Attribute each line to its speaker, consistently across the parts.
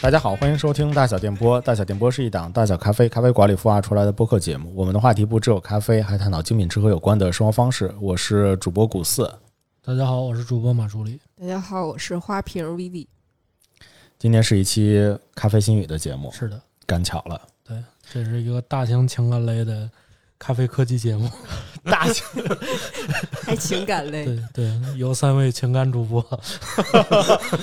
Speaker 1: 大家好，欢迎收听大小电波。大小电波是一档大小咖啡咖啡馆里孵化出来的播客节目。我们的话题不只有咖啡，还探讨精品吃喝有关的生活方式。我是主播古四，
Speaker 2: 大家好，我是主播马助理。
Speaker 3: 大家好，我是花瓶 Vivi。
Speaker 1: 今天是一期咖啡心语的节目，
Speaker 2: 是的，
Speaker 1: 赶巧了。
Speaker 2: 对，这是一个大型情感类的咖啡科技节目。
Speaker 1: 大型
Speaker 3: 还情感类，
Speaker 2: 对对，由三位情感主播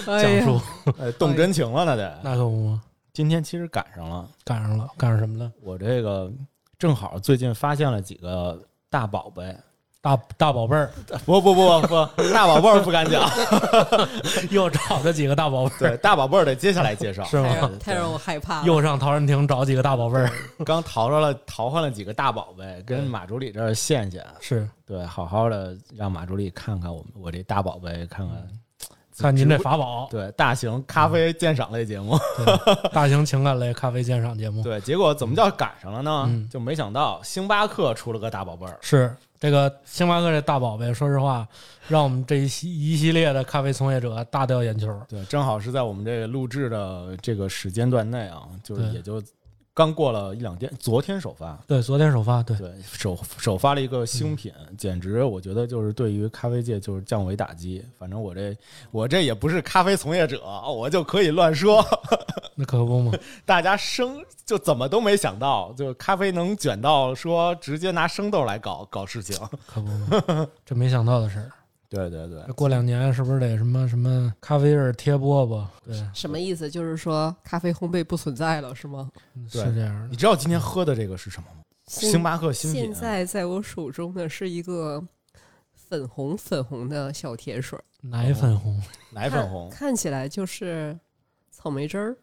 Speaker 3: 哎
Speaker 2: 讲
Speaker 3: 呀，
Speaker 2: 述，
Speaker 1: 呃动真情 了，那得。
Speaker 2: 那可不吗？
Speaker 1: 今天其实赶上了，
Speaker 2: 赶上了，赶上什么了？
Speaker 1: 我这个正好最近发现了几个大宝贝。
Speaker 2: 大大宝贝儿
Speaker 1: 不不不不， 大宝贝儿不敢讲，
Speaker 2: 又找着几个大宝贝
Speaker 1: 对，大宝贝儿得接下来介绍
Speaker 2: 儿，。是
Speaker 3: 太
Speaker 2: 吗？
Speaker 3: 让太让我害怕了。
Speaker 2: 又上陶然亭找几个大宝贝儿，
Speaker 1: 刚淘着了，淘换了几个大宝贝，跟马助理这儿献献。
Speaker 2: 是
Speaker 1: 对，好好的让马助理看看我们我这大宝贝，看
Speaker 2: 嗯
Speaker 1: 看
Speaker 2: 看您这
Speaker 1: 直播
Speaker 2: 法宝，
Speaker 1: 对大型咖啡鉴赏类节目。
Speaker 2: 大型情感类咖啡鉴赏节目。
Speaker 1: 对，结果怎么叫赶上了呢？
Speaker 2: 嗯
Speaker 1: 就没想到星巴克出了个大宝贝儿。
Speaker 2: 是这个星巴克这大宝贝，说实话，让我们这一系一系列的咖啡从业者大掉眼球。
Speaker 1: 对，正好是在我们这个录制的这个时间段内啊，就是
Speaker 2: 对
Speaker 1: 也就刚过了一两天，昨天首发。
Speaker 2: 对，昨天首发，对，
Speaker 1: 对，首首发了一个新品，
Speaker 2: 嗯
Speaker 1: 简直我觉得就是对于咖啡界就是降维打击。反正我这我这也不是咖啡从业者，我就可以乱说。
Speaker 2: 那可不嘛，
Speaker 1: 大家生就怎么都没想到，就咖啡能卷到说直接拿生豆来搞搞事情。
Speaker 2: 可不嘛，这没想到的事儿。
Speaker 1: 对对对
Speaker 2: 呃这过两年是不是得什么什么咖啡味儿贴饽饽？对，
Speaker 3: 什么意思？就是说咖啡烘焙不存在了，是吗？
Speaker 1: 对
Speaker 2: 是这样
Speaker 1: 你
Speaker 2: 的。
Speaker 1: 知道今天喝的这个是什么吗？星巴克新
Speaker 3: 现
Speaker 1: 品。
Speaker 3: 在在我手中的是一个粉红粉红的小甜水儿，
Speaker 2: 奶粉红，
Speaker 1: 奶粉红
Speaker 3: 看，看起来就是草莓汁儿。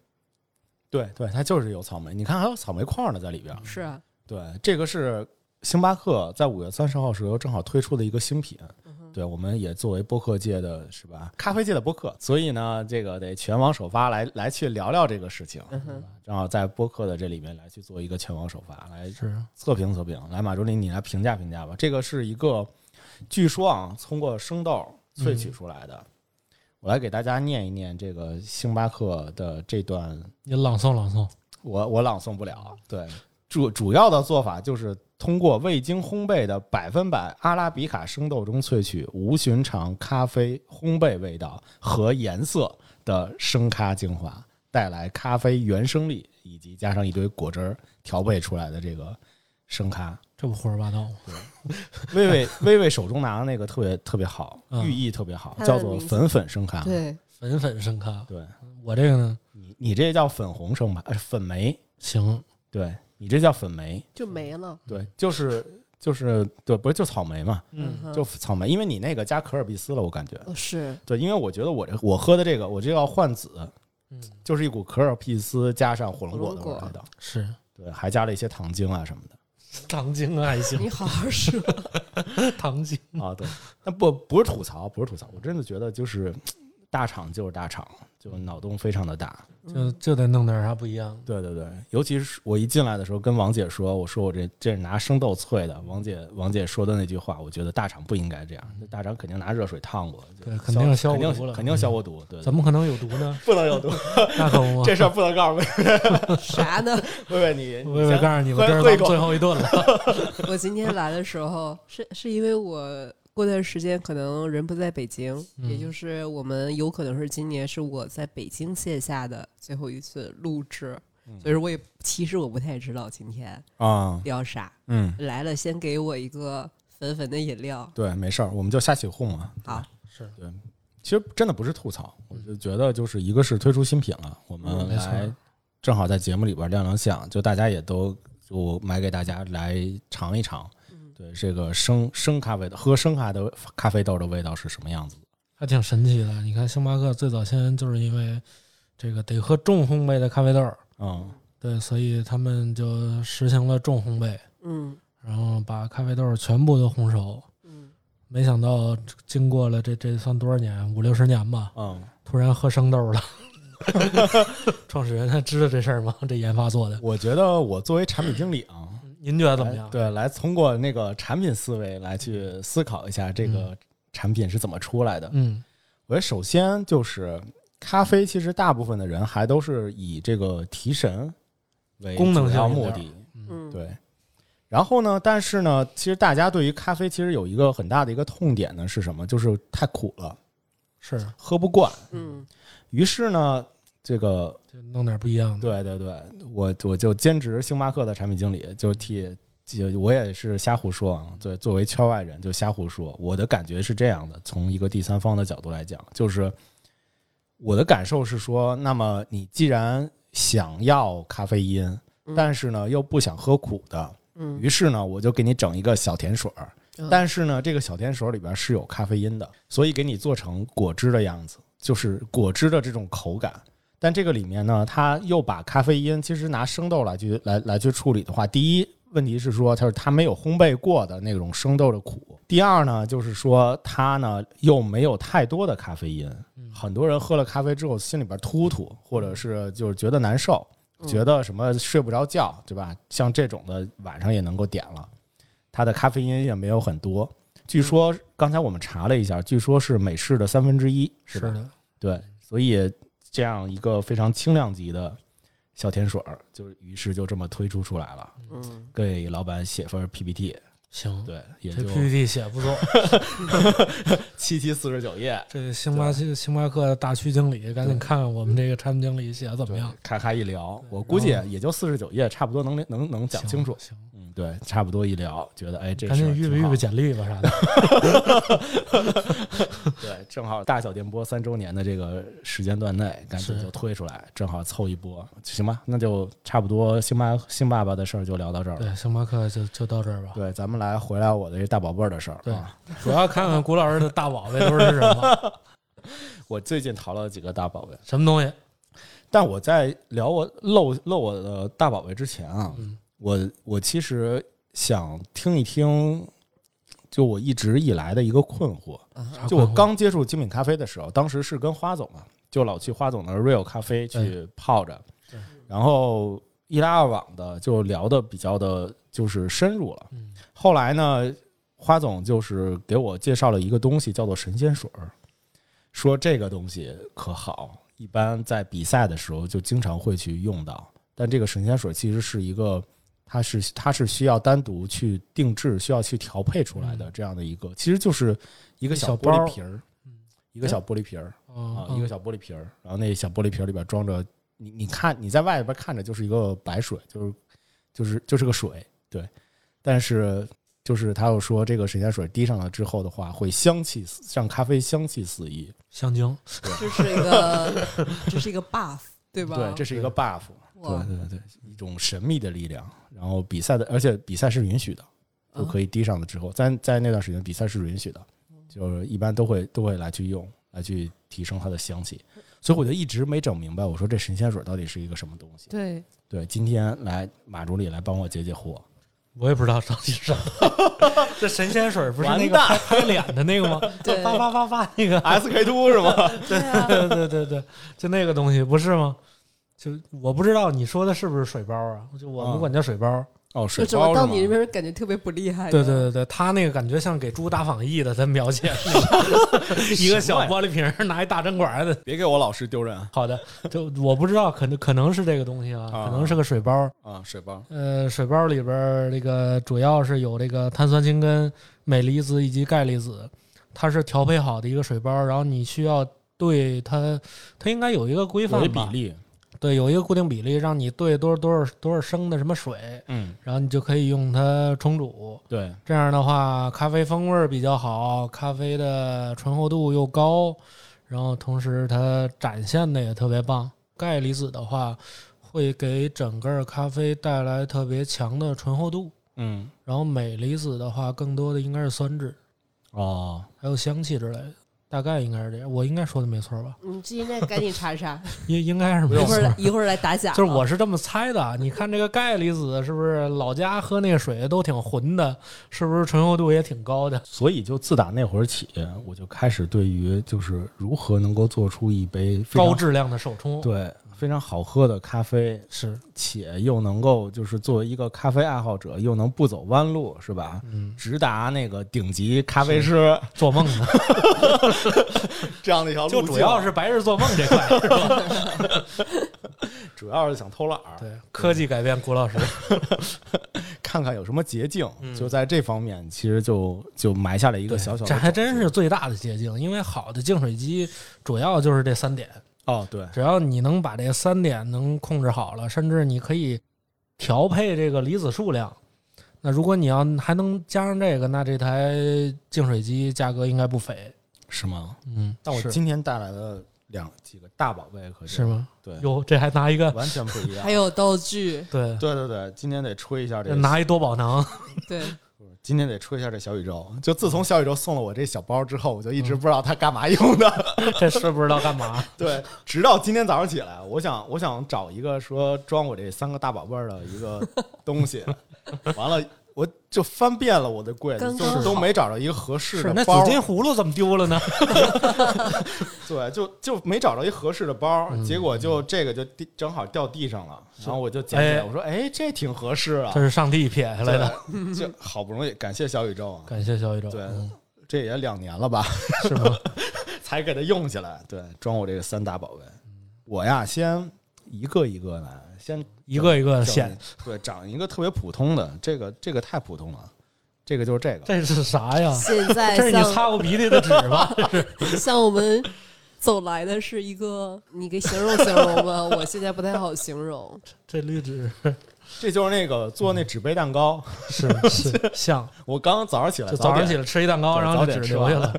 Speaker 1: 对对，它就是有草莓，你看还有草莓块呢在里边。
Speaker 3: 是啊，
Speaker 1: 对，这个是星巴克在五月三十号时候正好推出的一个新品。
Speaker 3: 嗯
Speaker 1: 对，我们也作为播客界的是吧，咖啡界的播客，所以呢，这个得全网首发来来去聊聊这个事情，
Speaker 3: 嗯哼，
Speaker 1: 正好在播客的这里面来去做一个全网首发，来
Speaker 2: 是
Speaker 1: 测评测评。来，马助理，你来评价评价吧。这个是一个，据说啊，通过生豆萃取出来的。我来给大家念一念这个星巴克的这段，
Speaker 2: 你朗诵朗诵。
Speaker 1: 我我朗诵不了。啊对，主主要的做法就是通过未经烘焙的百分百阿拉比卡生豆中萃取无寻常咖啡烘焙味道和颜色的生咖精华，带来咖啡原生力，以及加上一堆果汁儿调配出来的这个生咖。
Speaker 2: 这不胡说八道吗？
Speaker 1: 薇薇薇薇手中拿的那个特别特别好，
Speaker 2: 嗯
Speaker 1: 寓意特别好，
Speaker 3: 它的
Speaker 1: 叫做
Speaker 3: 名字
Speaker 1: 粉粉生咖。
Speaker 3: 对，
Speaker 2: 粉粉深咖，
Speaker 1: 对，
Speaker 2: 我这个呢，
Speaker 1: 你你这叫粉红生吧，呃粉梅。
Speaker 2: 行，
Speaker 1: 对你这叫粉梅。
Speaker 3: 就没了。
Speaker 1: 对，就是就是对，不是就草莓嘛，
Speaker 2: 嗯
Speaker 3: 哼
Speaker 1: 就草莓，因为你那个加可尔必斯了，我感觉。
Speaker 3: 哦是
Speaker 1: 对，因为我觉得我这我喝的这个，我这叫幻子，
Speaker 2: 嗯，
Speaker 1: 就是一股可尔必斯加上火龙果的
Speaker 3: 火龙果
Speaker 1: 味道，
Speaker 2: 是
Speaker 1: 对，还加了一些糖精啊什么的。
Speaker 2: 糖精啊还 行，
Speaker 3: 你好 好说，
Speaker 2: 糖精
Speaker 1: 啊，对，那不不是吐槽，不是吐槽，我真的觉得就是大厂就是大厂，就脑洞非常的大。
Speaker 3: 嗯
Speaker 2: 就就得弄点啥不一样。
Speaker 1: 对对对，尤其是我一进来的时候跟王姐说，我说我这这是拿生豆萃的，王姐王姐说的那句话，我觉得大厂不应该这样，大厂肯定拿热水烫过，就
Speaker 2: 对肯定
Speaker 1: 消
Speaker 2: 消
Speaker 1: 肯
Speaker 2: 过毒
Speaker 1: 定
Speaker 2: 了
Speaker 1: 肯定消过毒，对，？
Speaker 2: 怎么可能有毒呢
Speaker 1: 不能有毒，
Speaker 2: 那可啊不嘛。
Speaker 1: 这事儿不能告诉薇
Speaker 3: 啥呢？
Speaker 1: 薇薇你，
Speaker 2: 微微告诉你们，这是
Speaker 1: 喝一
Speaker 2: 咱们
Speaker 1: 口
Speaker 2: 最后一顿 了。
Speaker 3: 我今天来的时候，是是因为我过段时间可能人不在北京，
Speaker 2: 嗯
Speaker 3: 也就是我们有可能是今年是我在北京线下的最后一次录制，
Speaker 1: 嗯
Speaker 3: 所以说我也其实我不太知道今天
Speaker 1: 啊，
Speaker 3: 聊啥。
Speaker 1: 嗯，
Speaker 3: 来了，先给我一个粉粉的饮料。
Speaker 1: 对，没事儿，我们就瞎起哄嘛。
Speaker 3: 好，
Speaker 2: 是
Speaker 1: 对，其实真的不是吐槽，我就觉得就是一个是推出新品了，我们
Speaker 2: 嗯没错
Speaker 1: 来正好在节目里边亮亮相，就大家也都就买给大家来尝一尝，对这个生生咖啡的喝生咖的咖啡豆的味道是什么样子的？
Speaker 2: 还挺神奇的。你看，星巴克最早先就是因为这个得喝重烘焙的咖啡豆儿，
Speaker 1: 嗯，
Speaker 2: 对，所以他们就实行了重烘焙，
Speaker 3: 嗯
Speaker 2: 然后把咖啡豆儿全部都烘熟。
Speaker 3: 嗯，
Speaker 2: 没想到经过了这这算多少年，啊五六十年吧，
Speaker 1: 嗯，
Speaker 2: 突然喝生豆儿了。 创始人他知道这事儿吗？这研发做的，
Speaker 1: 我觉得我作为产品经理啊，
Speaker 2: 您觉得怎么
Speaker 1: 来
Speaker 2: 样？
Speaker 1: 对，来通过那个产品思维来去嗯思考一下这个产品是怎么出来的。
Speaker 2: 嗯，
Speaker 1: 我觉得首先就是咖啡其实大部分的人还都是以这个提神为
Speaker 2: 功能
Speaker 1: 主要
Speaker 2: 性饮
Speaker 1: 目
Speaker 2: 料
Speaker 1: 的，
Speaker 3: 嗯，
Speaker 1: 对。然后呢，但是呢，其实大家对于咖啡其实有一个很大的一个痛点呢是什么？就是太苦了，
Speaker 2: 是
Speaker 1: 喝不惯。
Speaker 3: 嗯，
Speaker 1: 于是呢，这个
Speaker 2: 就弄点不一样
Speaker 1: 对
Speaker 2: 的。
Speaker 1: 对对，我我就兼职星巴克的产品经理，就替就我也是瞎胡说啊。对，作为圈外人就瞎胡说。我的感觉是这样的，从一个第三方的角度来讲，就是我的感受是说，那么你既然想要咖啡因，
Speaker 3: 嗯
Speaker 1: 但是呢又不想喝苦的，
Speaker 3: 嗯
Speaker 1: 于是呢我就给你整一个小甜水儿。
Speaker 3: 嗯
Speaker 1: 但是呢，这个小甜水儿里边是有咖啡因的，所以给你做成果汁的样子，就是果汁的这种口感。但这个里面呢，它又把咖啡因，其实拿生豆来去来来去处理的话，第一问题是说，它是它没有烘焙过的那种生豆的苦；第二呢，就是说它呢又没有太多的咖啡因。
Speaker 3: 嗯
Speaker 1: 很多人喝了咖啡之后，心里边突突，或者是就是觉得难受，
Speaker 2: 嗯
Speaker 3: 嗯
Speaker 1: 觉得什么睡不着觉，对吧？像这种的晚上也能够点了，它的咖啡因也没有很多。据说
Speaker 2: 嗯
Speaker 1: 刚才我们查了一下，据说是美式的三分之一，
Speaker 2: 是
Speaker 1: 吧？
Speaker 2: 的，
Speaker 1: 对，所以这样一个非常轻量级的小甜水儿，就是于是就这么推出出来了，
Speaker 3: 嗯，
Speaker 1: 给老板写份 PPT，
Speaker 2: 行，
Speaker 1: 对，也
Speaker 2: 这
Speaker 1: 就
Speaker 2: PPT 写不 错。
Speaker 1: 七七四十九页，
Speaker 2: 这星巴克星巴克大区经理，赶紧看看我们这个产品经理写的怎么
Speaker 1: 对
Speaker 2: 样，，
Speaker 1: 咔咔一聊，我估计
Speaker 2: 然后
Speaker 1: 也就四十九页，差不多能能能讲清楚。
Speaker 2: 行，行
Speaker 1: 嗯，对，差不多一聊，觉得哎，这
Speaker 2: 赶
Speaker 1: 事
Speaker 2: 紧
Speaker 1: 儿
Speaker 2: 预
Speaker 1: 挺
Speaker 2: 备预
Speaker 1: 好
Speaker 2: 备简历 吧啥的。
Speaker 1: 对，正好大小电波三周年的这个时间段内，赶紧
Speaker 2: 是
Speaker 1: 就推出来，正好凑一波，行吧？那就差不多，星巴星爸爸的事儿就聊到这儿了。
Speaker 2: 对，星巴克就就到这儿吧。
Speaker 1: 对，咱们来回来我的这大宝贝儿的事儿。
Speaker 2: 对
Speaker 1: 啊，
Speaker 2: 主要看看古老师的大宝贝都是什么
Speaker 1: 我最近淘了几个大宝贝，
Speaker 2: 什么东西。
Speaker 1: 但我在聊我漏漏我的大宝贝之前啊，
Speaker 2: 嗯
Speaker 1: 我我其实想听一听，就我一直以来的一个困惑。
Speaker 3: 啊
Speaker 2: 啥
Speaker 1: 就我
Speaker 2: 困惑
Speaker 1: 刚接触精品咖啡的时候，当时是跟花总嘛，啊就老去花总那儿 Real 咖啡去泡着
Speaker 2: 是，
Speaker 1: 然后一来二往的就聊的比较的，就是深入了。
Speaker 2: 嗯
Speaker 1: 后来呢，花总就是给我介绍了一个东西，叫做神仙水儿，说这个东西可好，一般在比赛的时候就经常会去用到。但这个神仙水其实是一个，它是它是需要单独去定制，需要去调配出来的
Speaker 2: 嗯
Speaker 1: 这样的一个，其实就是一个
Speaker 2: 一
Speaker 1: 小
Speaker 2: 小
Speaker 1: 玻璃
Speaker 2: 包
Speaker 1: 瓶儿，嗯一个小玻璃瓶儿啊
Speaker 2: 啊，
Speaker 1: 一个小玻璃瓶儿，然后那小玻璃瓶儿里边装着你，你看你在外边看着就是一个白水，就是就是就是个水，对，但是就是他又说这个神仙水滴上了之后的话，会香气四像咖啡香气四溢，
Speaker 2: 香精，
Speaker 3: 这是一个，这是一个 buff，对吧？
Speaker 1: 对，这是一个 buff，
Speaker 3: 哇嗯
Speaker 1: 对对对，一种神秘的力量。然后比赛的，而且比赛是允许的，就可以
Speaker 3: 嗯
Speaker 1: 滴上了之后，在在那段时间比赛是允许的，就是一般都会都会来去用，来去提升它的香气。所以我就一直没整明白，我说这神仙水到底是一个什么东西？
Speaker 3: 对，
Speaker 1: 对，今天来马助理来帮我解解 惑。
Speaker 2: 我也不知道到底是什么。 这神仙水不是
Speaker 1: 完
Speaker 2: 那个
Speaker 1: 蛋
Speaker 2: 拍拍脸的那 个吗？
Speaker 3: 对
Speaker 2: 啪啪啪啪那个。
Speaker 1: SK two 是吗？
Speaker 3: 对啊，
Speaker 2: 对对对对，就那个东西不是吗？就我不知道你说的是不是水包啊？就我们管叫水包。
Speaker 1: 哦，
Speaker 3: 就
Speaker 1: 水
Speaker 3: 怎么
Speaker 1: 包
Speaker 3: 到
Speaker 1: 是
Speaker 3: 你这
Speaker 1: 吗？
Speaker 3: 边感觉特别不厉
Speaker 1: 嗯
Speaker 3: 害？
Speaker 2: 对对，对对，他那个感觉像给猪打仿疫的，他 描写一个小玻璃瓶儿拿一大针管儿的。
Speaker 1: 别给我老师丢人啊！
Speaker 2: 好的，就我不知道，可能可能是这个东西啊，
Speaker 1: 啊
Speaker 2: 可能是个水包。
Speaker 1: 啊，水包
Speaker 2: 呃，水包里边儿这个主要是有这个碳酸氢根、镁离子以及钙离子，它是调配好的一个水包，然后你需要对它，它应该有一个规
Speaker 1: 我
Speaker 2: 范
Speaker 1: 的
Speaker 2: 吧
Speaker 1: 比例，
Speaker 2: 对，有一个固定比例，让你兑多少多少多少升的什么水，
Speaker 1: 嗯，
Speaker 2: 然后你就可以用它冲煮。
Speaker 1: 对，
Speaker 2: 这样的话，咖啡风味儿比较好，咖啡的醇厚度又高，然后同时它展现的也特别棒。钙离子的话，会给整个咖啡带来特别强的醇厚度。
Speaker 1: 嗯，
Speaker 2: 然后镁离子的话，更多的应该是酸质，
Speaker 1: 哦，
Speaker 2: 还有香气之类的，大概应该是这样。我应该说的没错吧？
Speaker 3: 你这应该赶紧查查，
Speaker 2: 应应 该是
Speaker 3: 一
Speaker 2: 没
Speaker 3: 会
Speaker 2: 错
Speaker 3: 儿。来一会儿来打假了。啊
Speaker 2: 就是我是这么猜的啊，你看这个钙离子是不是老家喝那个水都挺浑的，是不是醇厚度也挺高的？
Speaker 1: 所以就自打那会儿起，我就开始对于就是如何能够做出一杯非常
Speaker 2: 高质量的手冲，
Speaker 1: 对非常好喝的咖啡，
Speaker 2: 是，
Speaker 1: 且又能够就是作为一个咖啡爱好者，又能不走弯路，是吧？
Speaker 2: 嗯，
Speaker 1: 直达那个顶级咖啡师
Speaker 2: 做梦呢，
Speaker 1: 这样的一条路
Speaker 2: 就
Speaker 1: 径，
Speaker 2: 主要是白日做梦这块，是吧？
Speaker 1: 主要是想偷懒儿，
Speaker 2: 对，科技改变古老师，
Speaker 1: 看看有什么捷径。
Speaker 2: 嗯
Speaker 1: 就在这方面，其实就就埋下了一
Speaker 2: 一
Speaker 1: 个小小的
Speaker 2: 这还真
Speaker 1: 种子
Speaker 2: 是最大的捷径，因为好的净水机主要就是这三点，
Speaker 1: 哦，对，
Speaker 2: 只要你能把这三点能控制好了，甚至你可以调配这个离子数量。那如果你要还能加上这个，那这台净水机价格应该不菲。
Speaker 1: 是吗？
Speaker 2: 嗯，
Speaker 1: 但我
Speaker 2: 是
Speaker 1: 今天带来的两几个大宝贝可
Speaker 2: 是？吗？
Speaker 1: 对，
Speaker 2: 哟，这还拿一个，
Speaker 1: 完全不一样
Speaker 3: 还。有道具，
Speaker 2: 对，
Speaker 1: 对对对，今天得吹一下这个
Speaker 2: 拿一多宝囊，
Speaker 3: 对，
Speaker 1: 今天得吹一下这小宇宙。就自从小宇宙送了我这小包之后，我就一直不知道它干嘛用的。
Speaker 2: 这是不知道干嘛。
Speaker 1: 对，直到今天早上起来，我想我想找一个说装我这三个大宝贝儿的一个东西，完了我就翻遍了我的柜子，
Speaker 3: 刚
Speaker 1: 就
Speaker 3: 刚
Speaker 1: 是都
Speaker 3: 好
Speaker 1: 没找着一个合适
Speaker 2: 是
Speaker 1: 的
Speaker 2: 那紫
Speaker 1: 包。
Speaker 2: 金葫芦怎么丢了呢？
Speaker 1: 对，就就没找着一合适的包，
Speaker 2: 嗯
Speaker 1: 结果就这个就地正好掉地上了，然后我就捡起
Speaker 2: 哎
Speaker 1: 来，我说哎，这挺合适啊
Speaker 2: 这。是上帝撇下来的。
Speaker 1: 对，就好不容易感谢小宇宙啊，
Speaker 2: 感谢小宇宙，
Speaker 1: 对
Speaker 2: 嗯
Speaker 1: 这也两年了吧，
Speaker 2: 是吗？
Speaker 1: 才给它用起来。对，装我这个三大宝贝，我呀先一个一个来，先
Speaker 2: 一个一个
Speaker 1: 选
Speaker 2: 显，
Speaker 1: 对，长一个特别普通的，这个这个太普通了，这个就是这个，
Speaker 2: 这是啥呀？
Speaker 3: 现在
Speaker 2: 这是你
Speaker 3: 像
Speaker 2: 擦过鼻涕的纸 吧？这是
Speaker 3: 像我们走来的是一个，你给形容形容吧，我现在不太好形 容。
Speaker 2: 这绿纸
Speaker 1: 这就是那个做那纸杯蛋糕。
Speaker 2: 是是像，
Speaker 1: 我刚刚早上起来，
Speaker 2: 就早上
Speaker 1: 点
Speaker 2: 起来吃一蛋糕，
Speaker 1: 对
Speaker 2: 然后
Speaker 1: 早
Speaker 2: 这
Speaker 1: 点
Speaker 2: 纸
Speaker 1: 吃
Speaker 2: 留
Speaker 1: 完
Speaker 2: 下了。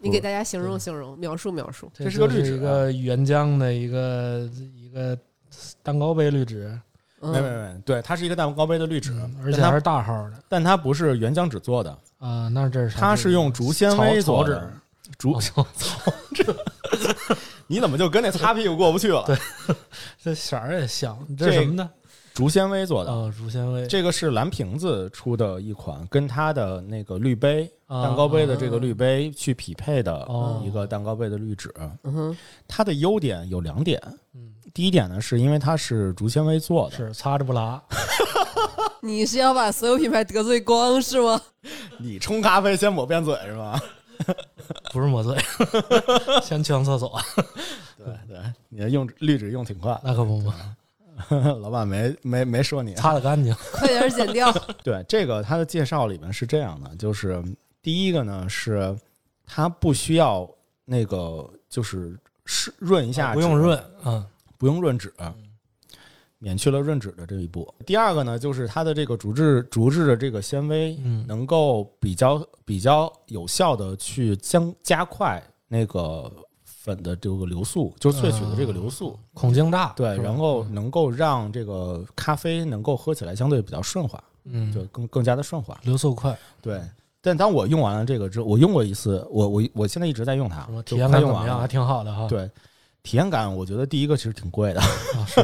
Speaker 3: 你给大家形容形容，描述描述。
Speaker 1: 这是
Speaker 2: 是
Speaker 1: 个绿纸啊
Speaker 2: 一个原浆的一个一个蛋糕杯绿纸，
Speaker 1: 没没
Speaker 3: 嗯，
Speaker 1: 没，对，它是一个蛋糕杯的绿纸，
Speaker 2: 嗯而
Speaker 1: 但
Speaker 2: 且还
Speaker 1: 它
Speaker 2: 是大号的
Speaker 1: 但它不是原浆纸做的，
Speaker 2: 啊。那这是啥
Speaker 1: 它是用竹纤维做
Speaker 2: 草草
Speaker 1: 的
Speaker 2: 纸。哦
Speaker 1: 竹，
Speaker 2: 草
Speaker 1: 你怎么就跟那擦屁股过不去 了？
Speaker 2: 对这色儿也像，这是
Speaker 1: 这
Speaker 2: 什么呢？
Speaker 1: 竹纤维做的，
Speaker 2: 啊，竹纤维
Speaker 1: 这个是蓝瓶子出的一款，跟它的那个滤杯、
Speaker 2: 啊
Speaker 1: 蛋糕杯的这个滤杯去匹配的
Speaker 2: 哦
Speaker 1: 一个蛋糕杯的滤纸。啊
Speaker 3: 嗯哼，
Speaker 1: 它的优点有两点，
Speaker 2: 嗯
Speaker 1: 第一点呢，是因为它是竹纤维做的，
Speaker 2: 是擦着不拉，
Speaker 3: 你是要把所有品牌得罪光是 吗？
Speaker 1: 你冲咖啡先抹遍嘴是吧？
Speaker 2: 不是抹嘴， 先去趟厕所，
Speaker 1: 对对，你的用滤纸用挺快，
Speaker 2: 那可不嘛，
Speaker 1: 哎 老板没没没说你。
Speaker 2: 擦的干净。
Speaker 3: 快点剪 掉。
Speaker 1: 对这个它的介绍里面是这样的，就是第一个呢是它不需要那个就是湿润一下、
Speaker 2: 不用润，嗯，
Speaker 1: 不用润纸，啊免去了润纸的这一步。第二个呢，就是它的这个竹制竹制的这个纤维
Speaker 2: 嗯，
Speaker 1: 能够比较比较有效的去将加快那个粉的这个流速，就是萃取的这个流速。
Speaker 2: 孔径大，
Speaker 1: 对，
Speaker 2: 啊是吧
Speaker 1: 然后能够让这个咖啡能够喝起来相对比较顺滑，
Speaker 2: 嗯，
Speaker 1: 就更更加的顺滑。
Speaker 2: 流速快，
Speaker 1: 对，但当我用完了这个之后，我用过一次，我我我现在一直在用它
Speaker 2: 什么，哦体
Speaker 1: 就
Speaker 2: 验
Speaker 1: 快
Speaker 2: 感怎
Speaker 1: 用
Speaker 2: 么
Speaker 1: 完
Speaker 2: 样？还
Speaker 1: 了。
Speaker 2: 挺好的哈。
Speaker 1: 对，体验感我觉得第一个其实挺贵的，
Speaker 2: 啊，是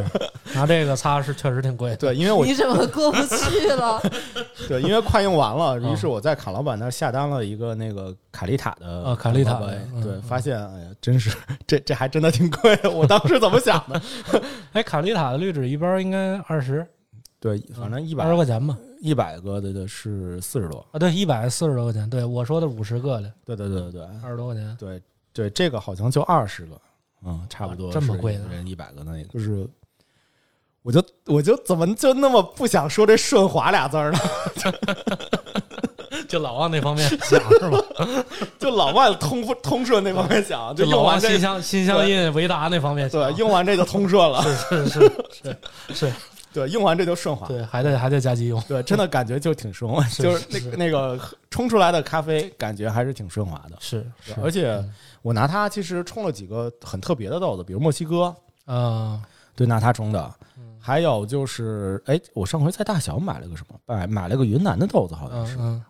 Speaker 2: 拿这个擦是确实挺贵的，
Speaker 1: 对，因为我
Speaker 3: 你怎么过不去 了？
Speaker 1: 对，因为快用完了，
Speaker 2: 嗯
Speaker 1: 于是我在卡老板那儿下单了一个那个卡丽塔的
Speaker 2: 啊卡丽塔
Speaker 1: 蛋糕杯
Speaker 2: 嗯
Speaker 1: 对，
Speaker 2: 嗯
Speaker 1: 发现哎呀，真是这这还真的挺贵的，我当时怎么想 的？
Speaker 2: 哎，卡丽塔的绿纸一包应该二十，
Speaker 1: 对，反正一
Speaker 2: 二十
Speaker 1: 百
Speaker 2: 块钱吧？
Speaker 1: 一百个的的是四十多，
Speaker 2: 啊，对，一百四十多块钱。对我说的五十个的，
Speaker 1: 对对对对对
Speaker 2: 二十多块钱。
Speaker 1: 对对，这个好像就二十个，嗯，差不多
Speaker 2: 啊这么贵呢
Speaker 1: 人一百个那个，就是。我就我就怎么就那么不想说这顺滑俩字儿呢？
Speaker 2: 就老往那方面想是 吧？
Speaker 1: 就老往通通顺那方面想，就
Speaker 2: 老
Speaker 1: 用
Speaker 2: 往
Speaker 1: 完
Speaker 2: 心
Speaker 1: 这
Speaker 2: 相心相印维达那方面
Speaker 1: 对
Speaker 2: 想。
Speaker 1: 用完这就通顺 了，
Speaker 2: 是是是 是，
Speaker 1: 对用完这就顺滑。
Speaker 2: 对，还得还得加急用。
Speaker 1: 对，真的感觉就挺顺滑，
Speaker 2: 是
Speaker 1: 就是那
Speaker 2: 是
Speaker 1: 个那个冲出来的咖啡，感觉还是挺顺滑的。
Speaker 2: 是是，
Speaker 1: 而且
Speaker 2: 嗯
Speaker 1: 我拿它其实冲了几个很特别的豆子，比如墨西哥，
Speaker 2: 啊，
Speaker 1: 对，拿它冲的
Speaker 2: 嗯。
Speaker 1: 还有就是，哎，我上回在大小买了个什么？买买了个云南的豆子，好像
Speaker 2: 嗯
Speaker 1: 是，
Speaker 2: 嗯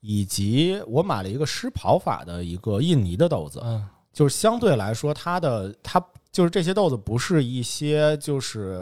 Speaker 1: 以及我买了一个湿刨法的一个印尼的豆子，
Speaker 2: 嗯，
Speaker 1: 就是相对来说，它的它就是这些豆子不是一些就是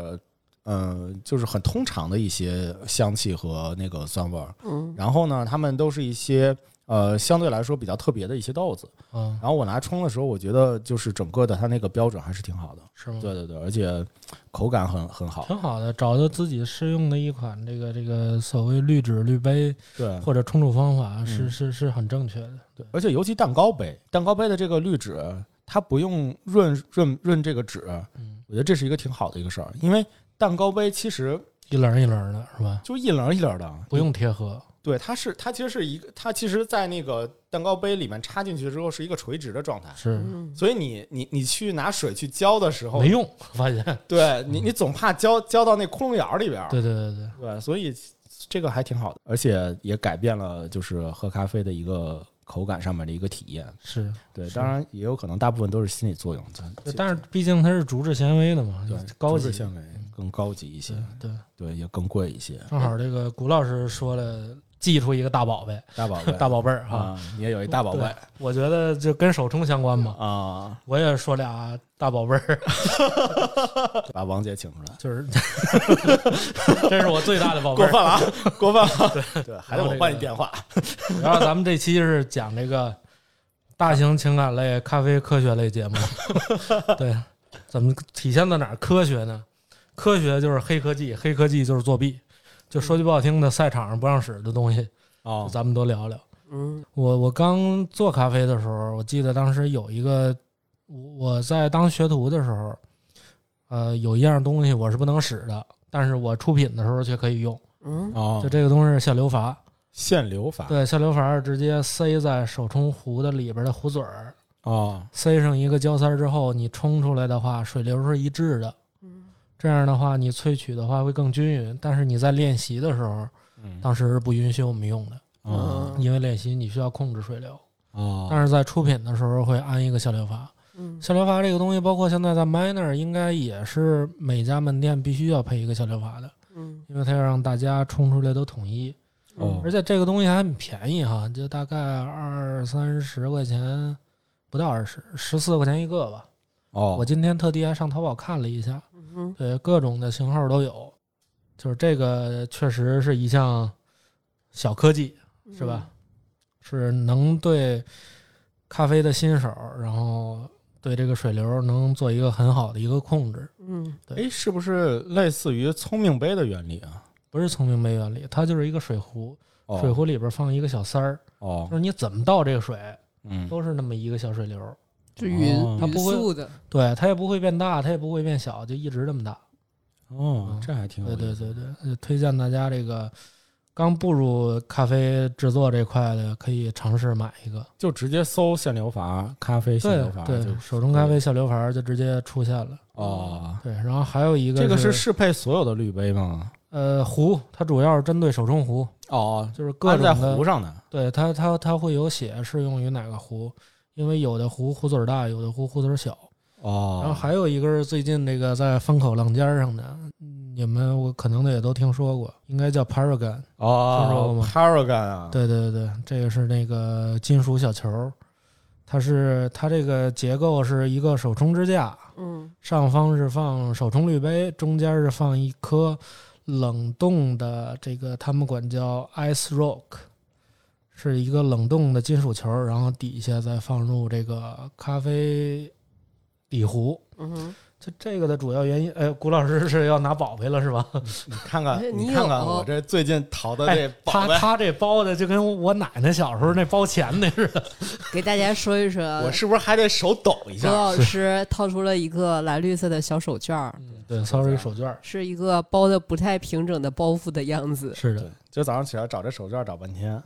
Speaker 1: 嗯、呃就是很通常的一些香气和那个酸味儿。
Speaker 3: 嗯
Speaker 1: 然后呢，它们都是一些呃相对来说比较特别的一些豆子，
Speaker 2: 嗯，
Speaker 1: 然后我拿冲的时候，我觉得就是整个的它那个标准还是挺好的。
Speaker 2: 是吗？
Speaker 1: 对对对，而且口感很很好。
Speaker 2: 挺好的，找到自己适用的一款这个这个所谓滤纸滤杯
Speaker 1: 对，
Speaker 2: 或者冲煮方法啊是、
Speaker 1: 嗯
Speaker 2: 是是很正确的。对，
Speaker 1: 而且尤其蛋糕杯，蛋糕杯的这个滤纸，它不用润润润这个纸，
Speaker 2: 嗯，
Speaker 1: 我觉得这是一个挺好的一个事儿，因为蛋糕杯其实
Speaker 2: 一棱一棱的是吧？
Speaker 1: 就一棱一棱的，
Speaker 2: 不用贴合，
Speaker 1: 对，它是它其实是一个，它其实，在那个蛋糕杯里面插进去之后是一个垂直的状态，
Speaker 2: 是、
Speaker 3: 嗯，
Speaker 1: 所以你你你去拿水去浇的时候
Speaker 2: 没，用，发现？
Speaker 1: 对你你总怕浇浇到那窟窿眼儿里边儿，
Speaker 2: 对对对对，
Speaker 1: 对，所以这个还挺好的，而且也改变了就是喝咖啡的一个口感上面的一个体验。
Speaker 2: 是。
Speaker 1: 对，
Speaker 2: 是
Speaker 1: 当然也有可能大部分都是心理作用，
Speaker 2: 对但是毕竟它是竹制纤维的嘛，
Speaker 1: 对
Speaker 2: 高级
Speaker 1: 级纤维更高级一些
Speaker 2: 对，对，
Speaker 1: 对，也更贵一些。
Speaker 2: 正好这个谷老师说了，记出一个大宝贝，
Speaker 1: 大 宝贝，
Speaker 2: 大宝贝儿哈。
Speaker 1: 啊，你也有一大宝贝
Speaker 2: 对我觉得就跟手冲相关嘛，
Speaker 1: 啊，
Speaker 2: 我也说俩大宝贝儿，
Speaker 1: 把王姐请出来，
Speaker 2: 就是 这是我最大的 宝贝
Speaker 1: 过
Speaker 2: 儿
Speaker 1: 分。 了啊，过分了啊，对，还得我换你电话，
Speaker 2: 然后咱们这期是讲这个大型情感类咖啡科学类节目，对，怎么体现在哪儿科学呢？科学就是黑科技，黑科技就是作弊。就说句不好听的，赛场上不让使的东西，
Speaker 1: 哦，
Speaker 2: 咱们多聊聊。
Speaker 3: 嗯
Speaker 2: 我我刚做咖啡的时候，我记得当时有一个，我我在当学徒的时候，呃，有一样东西我是不能使的，但是我出品的时候却可以用。
Speaker 3: 嗯
Speaker 1: 哦
Speaker 2: 就这个东西是限流阀，
Speaker 1: 限流法，
Speaker 2: 对，限流阀是直接塞在手冲壶的里边的壶嘴儿，
Speaker 1: 哦，
Speaker 2: 塞上一个胶塞儿之后，你冲出来的话，水流是一致的。
Speaker 3: 嗯
Speaker 2: 这样的话，你萃取的话会更均匀。但是你在练习的时候，
Speaker 1: 嗯，
Speaker 2: 当时是不允许我们用的，
Speaker 1: 哦，
Speaker 2: 因为练习你需要控制水流。
Speaker 1: 哦，
Speaker 2: 嗯但是在出品的时候会安一个限流阀。
Speaker 3: 嗯
Speaker 2: 限流阀这个东西，包括现在在 Miner 应该也是每家门店必须要配一个限流阀的，
Speaker 3: 嗯
Speaker 2: 因为它要让大家冲出来都统一。
Speaker 1: 哦
Speaker 2: 而且这个东西还很便宜哈，就大概二三十块钱，不到二十，十四块钱一个吧。
Speaker 1: 哦
Speaker 2: 我，今天特地还上淘宝看了一下，
Speaker 3: 嗯
Speaker 2: 对，各种的型号都有。就是这个确实是一项小科技，
Speaker 3: 嗯
Speaker 2: 是吧？是能对咖啡的新手，然后对这个水流能做一个很好的一个控制。
Speaker 3: 嗯
Speaker 1: 哎，是不是类似于聪明杯的原理啊？
Speaker 2: 不是聪明杯原理，它就是一个水壶，
Speaker 1: 哦
Speaker 2: 水壶里边放一个小塞儿，
Speaker 1: 哦
Speaker 2: 就，是你怎么倒这个水，
Speaker 1: 嗯，
Speaker 2: 都是那么一个小水流。
Speaker 3: 就匀
Speaker 1: 哦
Speaker 2: 它
Speaker 3: 匀
Speaker 2: 不会
Speaker 3: 速的，
Speaker 2: 对，它也不会变大，它也不会变小，就一直这么大。
Speaker 1: 哦，这还挺有
Speaker 2: 对对
Speaker 1: 意思
Speaker 2: 对对，就推荐大家这个刚步入咖啡制作这块的，可以尝试买一个。
Speaker 1: 就直接搜限流阀咖啡限流阀
Speaker 2: 对
Speaker 1: 就
Speaker 2: 对，手冲咖啡小流盘就直接出现了。
Speaker 1: 哦，
Speaker 2: 对，然后还有一个
Speaker 1: 这个是适配所有的滤杯吗？
Speaker 2: 呃壶，它主要是针对手冲壶，
Speaker 1: 哦，
Speaker 2: 就是各
Speaker 1: 安
Speaker 2: 种
Speaker 1: 在
Speaker 2: 的。
Speaker 1: 壶上的
Speaker 2: 对它它它会有写适用于哪个壶，因为有的壶壶嘴儿大，有的壶壶嘴儿小。
Speaker 1: 哦，
Speaker 2: 然后还有一个是最近这个在风口浪尖儿上的，嗯你们我可能的也都听说过，应该叫 Paragon。听说过
Speaker 1: 哦
Speaker 2: 吗
Speaker 1: ，Paragon 啊，
Speaker 2: 对对对，这个是那个金属小球儿，它是它这个结构是一个手冲支架，
Speaker 3: 嗯
Speaker 2: 上方是放手冲滤杯，中间是放一颗冷冻的，这个他们管叫 ice rock，是一个冷冻的金属球，然后底下再放入这个咖啡底壶。
Speaker 3: 嗯哼，
Speaker 2: 就这个的主要原因，哎，谷老师是要拿宝贝了是吧？
Speaker 1: 你看看
Speaker 3: 哎，你
Speaker 1: 你看看
Speaker 3: 有
Speaker 1: 我这最近淘的
Speaker 2: 哎
Speaker 1: 这，
Speaker 2: 他
Speaker 1: 宝贝，
Speaker 2: 他这包的就跟我奶奶小时候那包钱的似的。
Speaker 3: 给大家说 一说，
Speaker 1: 我是不是还得手抖一
Speaker 3: 何
Speaker 1: 下？
Speaker 3: 老师掏出了一个蓝绿色的小手绢儿，
Speaker 2: 对，sorry，手绢儿
Speaker 3: 是一个包的不太平整的包袱的样子。
Speaker 2: 是
Speaker 1: 对
Speaker 2: 的，，
Speaker 1: 就早上起来找这手绢找半天，
Speaker 2: 嗯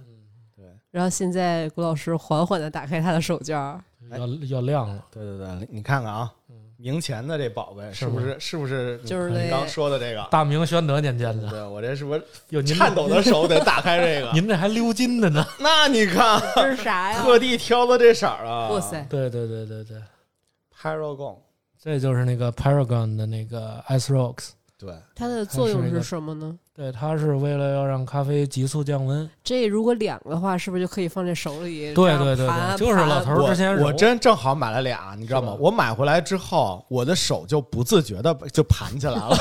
Speaker 1: 对
Speaker 3: 然后现在谷老师缓缓的打开他的手绢儿，
Speaker 1: 哎
Speaker 2: 要要亮了。
Speaker 1: 对对对，你看看啊，明前的这宝贝
Speaker 2: 嗯是
Speaker 1: 是不
Speaker 2: 吗
Speaker 1: 是是不是你
Speaker 3: 就是
Speaker 1: 你
Speaker 3: 那
Speaker 1: 刚说的这个？
Speaker 2: 大明宣德年间的，
Speaker 1: 对我这是不是
Speaker 2: 哟，您这
Speaker 1: 颤抖的手得打开这个？
Speaker 2: 您这还溜金的呢？
Speaker 1: 那你看，
Speaker 3: 这是啥呀？
Speaker 1: 特地挑的这色儿啊！
Speaker 3: 哇塞，
Speaker 2: 对对对对对，
Speaker 1: ，Paragon，
Speaker 2: 这就是那个 Paragon 的那个 Ice Rocks，
Speaker 1: 对，
Speaker 3: 它的作
Speaker 2: 它
Speaker 3: 用
Speaker 2: 是一
Speaker 3: 是
Speaker 2: 个
Speaker 3: 什么呢？
Speaker 2: 对，它是为了要让咖啡急速降温。
Speaker 3: 这如果两个的话，是不是就可以放在手里？
Speaker 2: 对
Speaker 3: 这样
Speaker 2: 对对对
Speaker 3: 盘
Speaker 2: 就是老头儿
Speaker 1: 我
Speaker 2: 之前揉
Speaker 1: 我真正好买了俩，你知道吗
Speaker 2: 是吧？
Speaker 1: 我买回来之后，我的手就不自觉的就盘起来 了，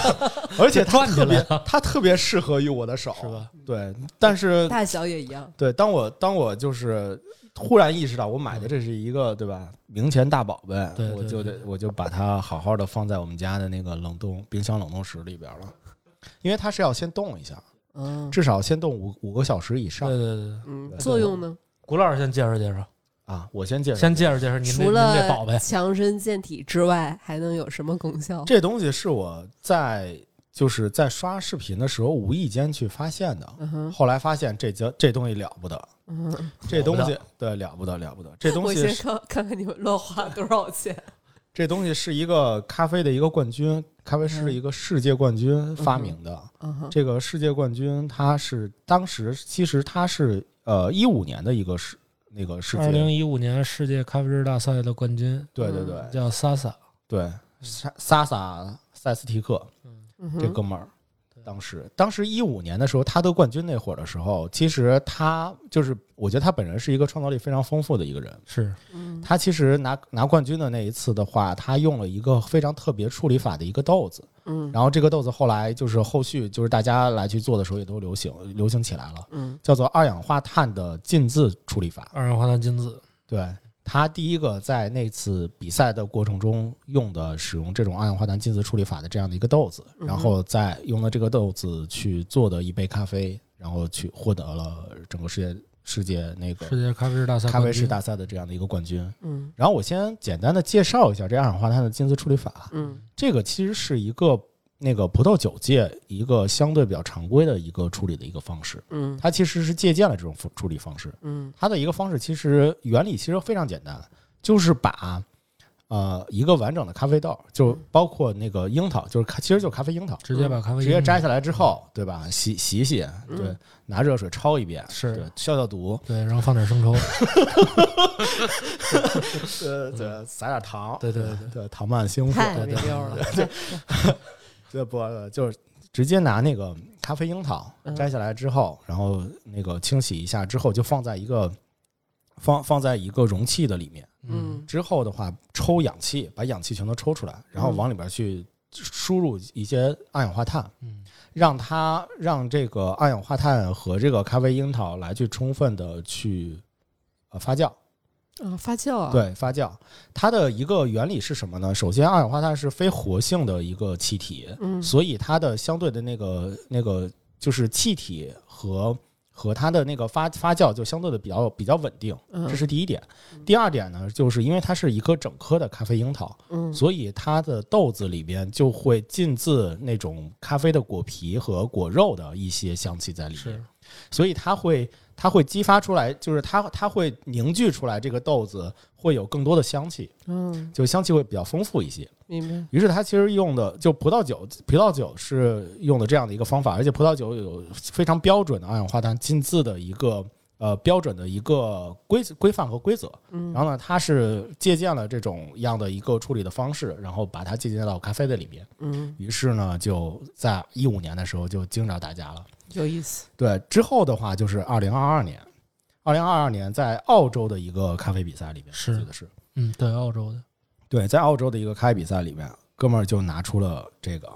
Speaker 1: 而且它
Speaker 2: 转起
Speaker 1: 特
Speaker 2: 来
Speaker 1: 别
Speaker 2: 了，
Speaker 1: 它特别适合于我的手，
Speaker 2: 是吧？
Speaker 1: 对，但是
Speaker 3: 大小也一样。
Speaker 1: 对，当我当我就是忽然意识到，我买的这是一个对吧名钱大宝贝，
Speaker 2: 对对
Speaker 1: 我就得我就把它好好的放在我们家的那个冷冻冰箱冷冻室里边了，因为它是要先冻一下，
Speaker 3: 嗯
Speaker 1: 至少先冻五五个小时以上
Speaker 2: 对对对，
Speaker 3: 嗯，
Speaker 1: 对
Speaker 3: 作用呢？
Speaker 2: 谷老师先介绍介绍，
Speaker 1: 啊。我先介绍，
Speaker 2: 先介绍介绍您这
Speaker 3: 除
Speaker 2: 您这宝
Speaker 3: 了
Speaker 2: 贝，
Speaker 3: 强身健体之外，还能有什么功效？
Speaker 1: 这东西是我在就是在刷视频的时候无意间去发现的，
Speaker 3: 嗯哼，
Speaker 1: 后来发现这家这东西了不得，
Speaker 3: 嗯哼，
Speaker 1: 这东西对了不得了不得，这东
Speaker 3: 我
Speaker 1: 西
Speaker 3: 先
Speaker 1: 是
Speaker 3: 看看看你们乱花多少钱。
Speaker 1: 这东西是一个咖啡的一个冠军，咖啡是一个世界冠军发明的。
Speaker 3: 嗯哼，
Speaker 1: 这个世界冠军它是当时其实它是呃一五年的一个世那个世
Speaker 2: 二
Speaker 1: 界，
Speaker 2: 零一五年世界咖啡师大赛的冠军
Speaker 1: 对对对、
Speaker 3: 嗯
Speaker 2: 叫萨萨，
Speaker 1: 对，萨萨萨塞斯提克
Speaker 3: 嗯
Speaker 1: 这
Speaker 3: 哼，
Speaker 1: 哥们儿。当时，当时一五年的时候，他得冠军那会儿的时候，其实他就是，我觉得他本人是一个创造力非常丰富的一个人。
Speaker 2: 是
Speaker 3: 嗯
Speaker 1: 他其实拿拿冠军的那一次的话，他用了一个非常特别处理法的一个豆子，
Speaker 3: 嗯
Speaker 1: 然后这个豆子后来就是后续就是大家来去做的时候也都流行流行起来了，
Speaker 3: 嗯
Speaker 1: 叫做二氧化碳的浸渍处理法。
Speaker 2: 二氧化碳金子，
Speaker 1: 对他第一个在那次比赛的过程中用的使用这种二氧化碳浸渍处理法的这样的一个豆子，
Speaker 3: 嗯哼
Speaker 1: 然后再用了这个豆子去做的一杯咖啡，然后去获得了整个世界世界那个
Speaker 2: 世界咖啡师大赛
Speaker 1: 咖啡
Speaker 2: 冠
Speaker 1: 师
Speaker 2: 军
Speaker 1: 大赛的这样的一个冠军。
Speaker 3: 嗯
Speaker 1: 然后我先简单的介绍一下这二氧化碳的浸渍处理法。
Speaker 3: 嗯
Speaker 1: 这个其实是一个那个葡萄酒界一个相对比较常规的一个处理的一个方式，
Speaker 3: 嗯
Speaker 1: 它其实是借鉴了这种处理方式。
Speaker 3: 嗯
Speaker 1: 它的一个方式其实原理其实非常简单，就是把呃一个完整的咖啡豆，就包括那个樱桃，就是咖其实就是咖啡樱桃，
Speaker 2: 直接把咖啡
Speaker 1: 嗯直
Speaker 2: 因
Speaker 1: 接摘下来之后，对吧？洗洗洗，对
Speaker 3: 嗯，
Speaker 1: 拿热水焯一遍，
Speaker 2: 是
Speaker 1: 对，消消毒，
Speaker 2: 对，然后放点生抽，
Speaker 1: 呃，对，撒点糖，
Speaker 2: 对对对
Speaker 1: 对，糖漫星火，
Speaker 3: 太
Speaker 1: 嗯对
Speaker 3: 没溜儿了。
Speaker 1: 对不，呃就是直接拿那个咖啡樱桃
Speaker 3: 嗯
Speaker 1: 摘下来之后，然后那个清洗一下之后，就放在一个放放在一个容器的里面。
Speaker 2: 嗯，
Speaker 3: 嗯
Speaker 1: 之后的话，抽氧气，把氧气全都抽出来，然后
Speaker 3: 嗯
Speaker 1: 往里边去输入一些二氧化碳，
Speaker 2: 嗯
Speaker 1: 让它让这个二氧化碳和这个咖啡樱桃来去充分的去呃发酵。
Speaker 3: 啊，发酵啊，，
Speaker 1: 对，发酵，它的一个原理是什么呢？首先，二氧化碳是非活性的一个气体，
Speaker 3: 嗯
Speaker 1: 所以它的相对的那个那个就是气体和和它的那个发发酵就相对的比较比较稳定，
Speaker 3: 嗯
Speaker 1: 这是第一点。第二点呢，就是因为它是一颗整颗的咖啡樱桃，
Speaker 3: 嗯
Speaker 1: 所以它的豆子里边就会浸渍那种咖啡的果皮和果肉的一些香气在里面
Speaker 2: 是。
Speaker 1: 所以它会它会激发出来，就是它它会凝聚出来这个豆子会有更多的香气，
Speaker 3: 嗯，
Speaker 1: 就香气会比较丰富一些。
Speaker 3: 明白。
Speaker 1: 于是它其实用的就葡萄酒，葡萄酒是用的这样的一个方法，而且葡萄酒有非常标准的二氧化碳浸渍的一个呃标准的一个规规范和规则。
Speaker 3: 嗯
Speaker 1: 然后呢，它是借鉴了这种样的一个处理的方式，然后把它借鉴到咖啡的里面。
Speaker 3: 嗯，
Speaker 1: 于是呢，就在一五年的时候就惊着大家了。
Speaker 3: 有意思。
Speaker 1: 对，之后的话就是二零二二年，二零二二年在澳洲的一个咖啡比赛里面，
Speaker 2: 是
Speaker 1: 我记得是
Speaker 2: 嗯，对，澳洲的
Speaker 1: 对，在澳洲的一个咖啡比赛里面，哥们儿就拿出了这个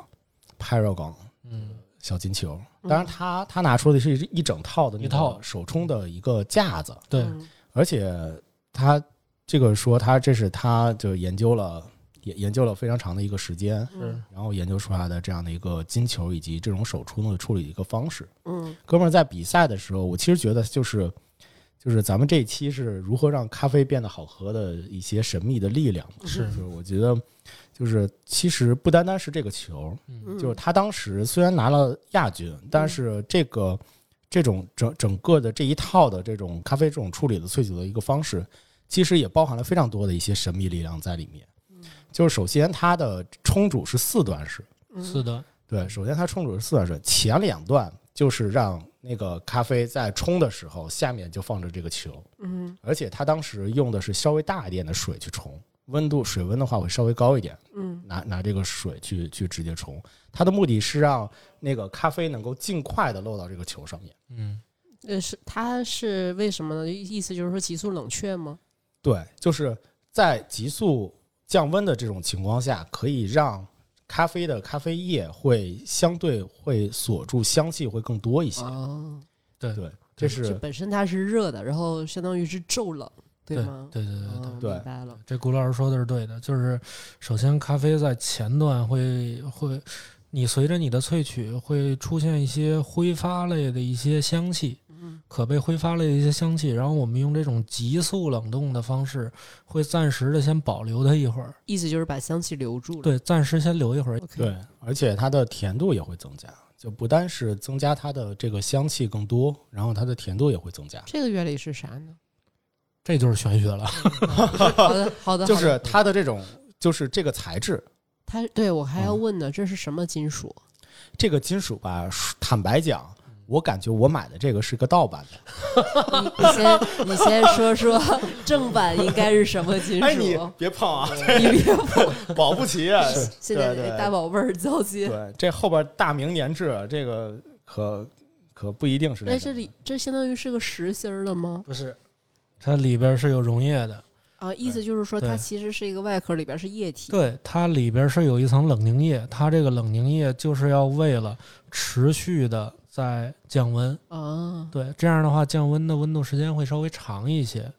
Speaker 1: Paragon
Speaker 2: 嗯
Speaker 1: 小金球，当然他他拿出的是一一整套的那
Speaker 2: 一套
Speaker 1: 个手冲的一个架子，
Speaker 2: 对
Speaker 3: 嗯
Speaker 1: 而且他这个说他这是他就研究了研研究了非常长的一个时间，
Speaker 2: 是
Speaker 3: 嗯
Speaker 1: 然后研究出来的这样的一个金球以及这种手冲的处理的一个方式。
Speaker 3: 嗯
Speaker 1: 哥们儿在比赛的时候，我其实觉得就是就是咱们这一期是如何让咖啡变得好喝的一些神秘的力量嘛。
Speaker 3: 嗯
Speaker 2: 是
Speaker 1: 就是我觉得就是其实不单单是这个球，
Speaker 2: 嗯
Speaker 3: 嗯，
Speaker 1: 就是他当时虽然拿了亚军，但是这个这种整整个的这一套的这种咖啡这种处理的萃取的一个方式，其实也包含了非常多的一些神秘力量在里面。就是首先它的冲煮是四段式，
Speaker 3: 嗯
Speaker 2: 是的，
Speaker 1: 对，首先它冲煮是四段式，前两段就是让那个咖啡在冲的时候，下面就放着这个球，
Speaker 3: 嗯
Speaker 1: 而且它当时用的是稍微大一点的水去冲，温度水温的话会稍微高一点，
Speaker 3: 嗯
Speaker 1: 拿拿这个水去去直接冲，它的目的是让那个咖啡能够尽快的漏到这个球上面。
Speaker 2: 嗯
Speaker 3: 呃，是它是为什么呢？意思就是说急速冷却吗？
Speaker 1: 对，就是在急速降温的这种情况下，可以让咖啡的咖啡液会相对会锁住香气会更多一些。
Speaker 3: 哦，
Speaker 2: 对
Speaker 1: 对，这
Speaker 3: 就是本身它是热的，然后相当于是骤冷，
Speaker 2: 对
Speaker 3: 吗？
Speaker 2: 对对对对。
Speaker 3: 哦
Speaker 1: 对
Speaker 3: 明白了。
Speaker 2: 这古老师说的是对的，就是首先咖啡在前段会会，你随着你的萃取会出现一些挥发类的一些香气，
Speaker 3: 嗯
Speaker 2: 可被挥发类的一些香气，然后我们用这种急速冷冻的方式，会暂时的先保留它一会儿，
Speaker 3: 意思就是把香气留住了。
Speaker 2: 对，暂时先留一会儿，
Speaker 3: OK，
Speaker 1: 对，而且它的甜度也会增加，就不单是增加它的这个香气更多，然后它的甜度也会增加。
Speaker 3: 这个原理是啥呢？
Speaker 2: 这就是玄学了。
Speaker 3: 好的，好的，
Speaker 1: 就是它的这种，就是这个材质，
Speaker 3: 它，对我还要
Speaker 2: 嗯
Speaker 3: 问呢，这是什么金属？
Speaker 1: 这个金属吧，坦白讲，我感觉我买的这个是个盗版的。
Speaker 3: 你你先， 你先说说正版应该是什么金
Speaker 2: 哎
Speaker 3: 属？
Speaker 1: 别碰啊，
Speaker 3: 你别碰，
Speaker 1: 保不齐啊。
Speaker 3: 现在
Speaker 1: 对
Speaker 3: 给
Speaker 1: 对
Speaker 3: 大宝贝儿交接。
Speaker 1: 对，这后边大明年制，这个可可不一定是
Speaker 3: 哎，
Speaker 1: 那
Speaker 3: 这
Speaker 1: 个。
Speaker 3: 里这相当于是个实心儿的吗？
Speaker 2: 不是，它里边是有溶液的，
Speaker 3: 啊，意思就是说
Speaker 2: 对
Speaker 3: 它其实是一个外壳，里边是液体。
Speaker 2: 对，它里边是有一层冷凝液，它这个冷凝液就是要为了持续的在降温，
Speaker 3: 啊，
Speaker 2: 对，这样的话降温的温度时间会稍微长一些。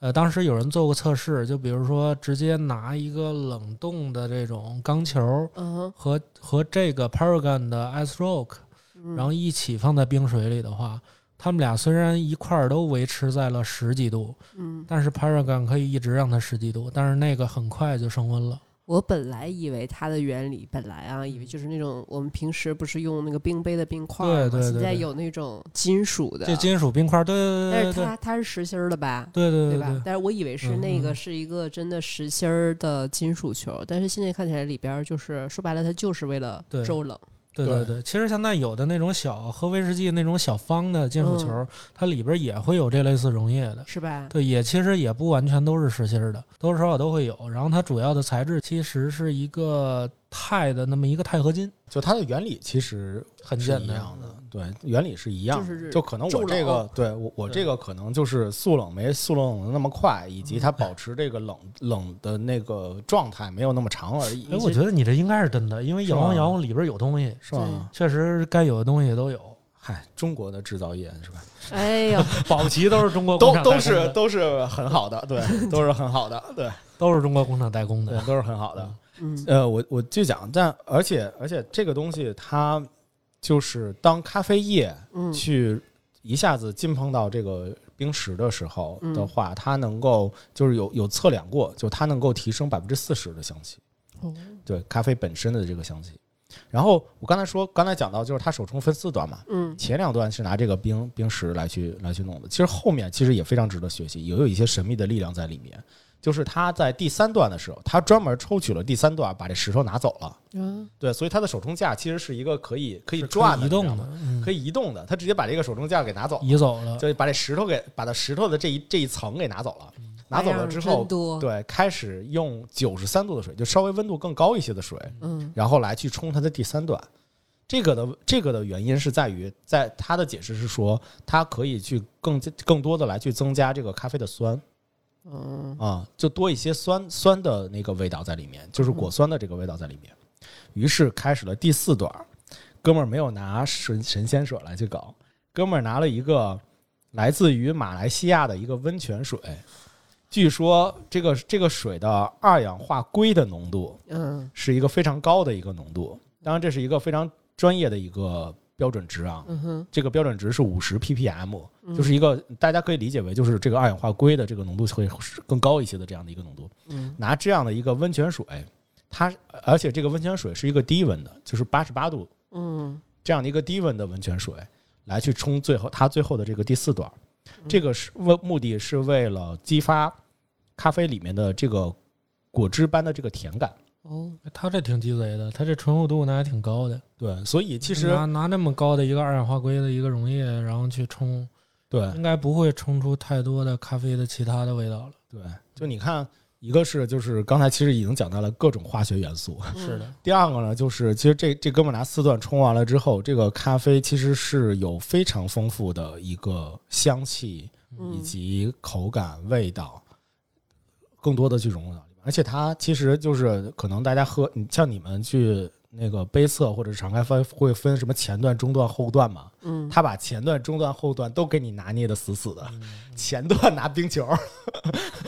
Speaker 2: 呃，当时有人做过测试，就比如说直接拿一个冷冻的这种钢球
Speaker 3: 嗯，
Speaker 2: 和和这个 Paragon 的 Ice Rock，
Speaker 3: 嗯
Speaker 2: 然后一起放在冰水里的话，它们俩虽然一块儿都维持在了十几度，
Speaker 3: 嗯，
Speaker 2: 但是 Paragon 可以一直让它十几度，但是那个很快就升温了。
Speaker 3: 我本来以为它的原理，本来
Speaker 2: 嗯
Speaker 3: 啊，以为就是那种我们平时不是用那个冰杯的冰块儿
Speaker 2: 对对
Speaker 3: 嘛，
Speaker 2: 对
Speaker 3: 现在
Speaker 2: 对
Speaker 3: 有那种金属的，
Speaker 2: 这金属冰块，对对
Speaker 3: 但
Speaker 2: 对
Speaker 3: 是
Speaker 2: 对
Speaker 3: 它它是实心儿的吧？
Speaker 2: 对对对
Speaker 3: 吧？但是我以为是
Speaker 2: 嗯
Speaker 3: 那
Speaker 2: 嗯
Speaker 3: 个
Speaker 2: 嗯
Speaker 3: 是一个真的实心儿的金属球，但是现在看起来里边儿就是说白了，它就是为了
Speaker 2: 对
Speaker 3: 周冷。
Speaker 2: 对对对。其实现在有的那种小喝威士忌那种小方的金属球，它里边也会有这类似溶液的。
Speaker 3: 是吧？
Speaker 2: 对，也其实也不完全都是实心儿的，多多少少都会有。然后它主要的材质其实是一个钛的那么一个钛合金，
Speaker 1: 就它的原理其实
Speaker 2: 很
Speaker 1: 是
Speaker 2: 简
Speaker 1: 一
Speaker 2: 单。
Speaker 1: 样的，对，原理是一样的，
Speaker 3: 就是
Speaker 1: 可能我这
Speaker 3: 骤冷
Speaker 1: 个，对我我
Speaker 2: 对
Speaker 1: 这个可能就是速冷没速冷的那么快，以
Speaker 3: 嗯
Speaker 1: 及它保持这个冷冷的那个状态没有那么长而已
Speaker 2: 哎，，我
Speaker 3: 是
Speaker 2: 觉得你这应该是真的，因为
Speaker 1: 是
Speaker 2: 摇
Speaker 1: 吗
Speaker 2: 晃摇晃里边有东西，
Speaker 1: 是吧？
Speaker 2: 确实该有的东西都有，
Speaker 1: 嗨，中国的制造业是吧？
Speaker 3: 哎 呀，
Speaker 2: 保不齐都是中国工
Speaker 1: 都
Speaker 2: 厂
Speaker 1: 都
Speaker 2: 代工
Speaker 1: 是
Speaker 2: 的
Speaker 1: 都是很好的， 对，都是很好的，对
Speaker 2: 都是中国工厂代工
Speaker 1: 对
Speaker 2: 的，，
Speaker 1: 都是很好的。
Speaker 3: 嗯，
Speaker 1: 呃，我我就讲，但而且而且这个东西它就是当咖啡液
Speaker 3: 嗯
Speaker 1: 去一下子浸碰到这个冰石的时候
Speaker 3: 嗯
Speaker 1: 的话，它能够就是有有测量过，就它能够提升百分之四十的香气，
Speaker 3: 哦
Speaker 1: 对咖啡本身的这个香气。然后我刚才说，刚才讲到就是它手冲分四段嘛，
Speaker 3: 嗯，
Speaker 1: 前两段是拿这个冰冰石来去来去弄的，其实后面其实也非常值得学习，也有一些神秘的力量在里面。就是他在第三段的时候，他专门抽取了第三段，把这石头拿走了。
Speaker 3: 啊
Speaker 1: 对，所以它的手冲架其实是一个可以可以
Speaker 2: 是可以
Speaker 1: 转的，
Speaker 2: 移
Speaker 1: 你
Speaker 2: 动
Speaker 1: 知
Speaker 2: 的
Speaker 1: 道吗，
Speaker 2: 嗯
Speaker 1: 可以移动的。他直接把这个手冲架给拿走，
Speaker 2: 移走了。
Speaker 1: 就把这石头给把它石头的这一这一层给拿走了。
Speaker 2: 嗯
Speaker 1: 拿走了之
Speaker 3: 花
Speaker 1: 后
Speaker 3: 哎样真，多，
Speaker 1: 对，开始用九十三度的水，就稍微温度更高一些的水，
Speaker 3: 嗯
Speaker 1: 然后来去冲它的第三段。这个的这个的原因是在于，在他的解释是说，它可以去更更多的来去增加这个咖啡的酸
Speaker 3: 嗯，
Speaker 1: 啊、就多一些酸酸的那个味道在里面，就是果酸的这个味道在里面。于是开始了第四段儿，哥们儿没有拿神神仙水来去搞，哥们儿拿了一个来自于马来西亚的一个温泉水，据说这个这个水的二氧化硅的浓度
Speaker 3: 嗯
Speaker 1: 是一个非常高的一个浓度。当然，这是一个非常专业的一个标准值啊。
Speaker 3: 嗯哼，
Speaker 1: 这个标准值是五十 ppm，就是一个大家可以理解为就是这个二氧化硅的这个浓度会是更高一些的这样的一个浓度。
Speaker 3: 嗯
Speaker 1: 拿这样的一个温泉水，它而且这个温泉水是一个低温的，就是八十八度
Speaker 3: 嗯
Speaker 1: 这样的一个低温的温泉水来去冲最后它最后的这个第四段，这个是为目的是为了激发咖啡里面的这个果汁般的这个甜感。
Speaker 3: 哦，
Speaker 2: 它这挺鸡贼的，它这醇厚度呢还挺高的。
Speaker 1: 对，所以其实
Speaker 2: 拿拿那么高的一个二氧化硅的一个溶液，然后去冲，
Speaker 1: 对
Speaker 2: 应该不会冲出太多的咖啡的其他的味道了。
Speaker 1: 对，就你看，一个是就是刚才其实已经讲到了各种化学元素，
Speaker 3: 嗯
Speaker 2: 是的，
Speaker 1: 第二个呢就是其实这这哥们儿拿四段冲完了之后，这个咖啡其实是有非常丰富的一个香气以
Speaker 3: 嗯，
Speaker 1: 及口感、味道，更多的去融入到里面。而且它其实就是可能大家喝，你像你们去那个杯测或者是敞开翻会分什么前段、中段、后段嘛？
Speaker 3: 嗯，
Speaker 1: 他把前段、中段、后段都给你拿捏的死死的，前段拿冰球，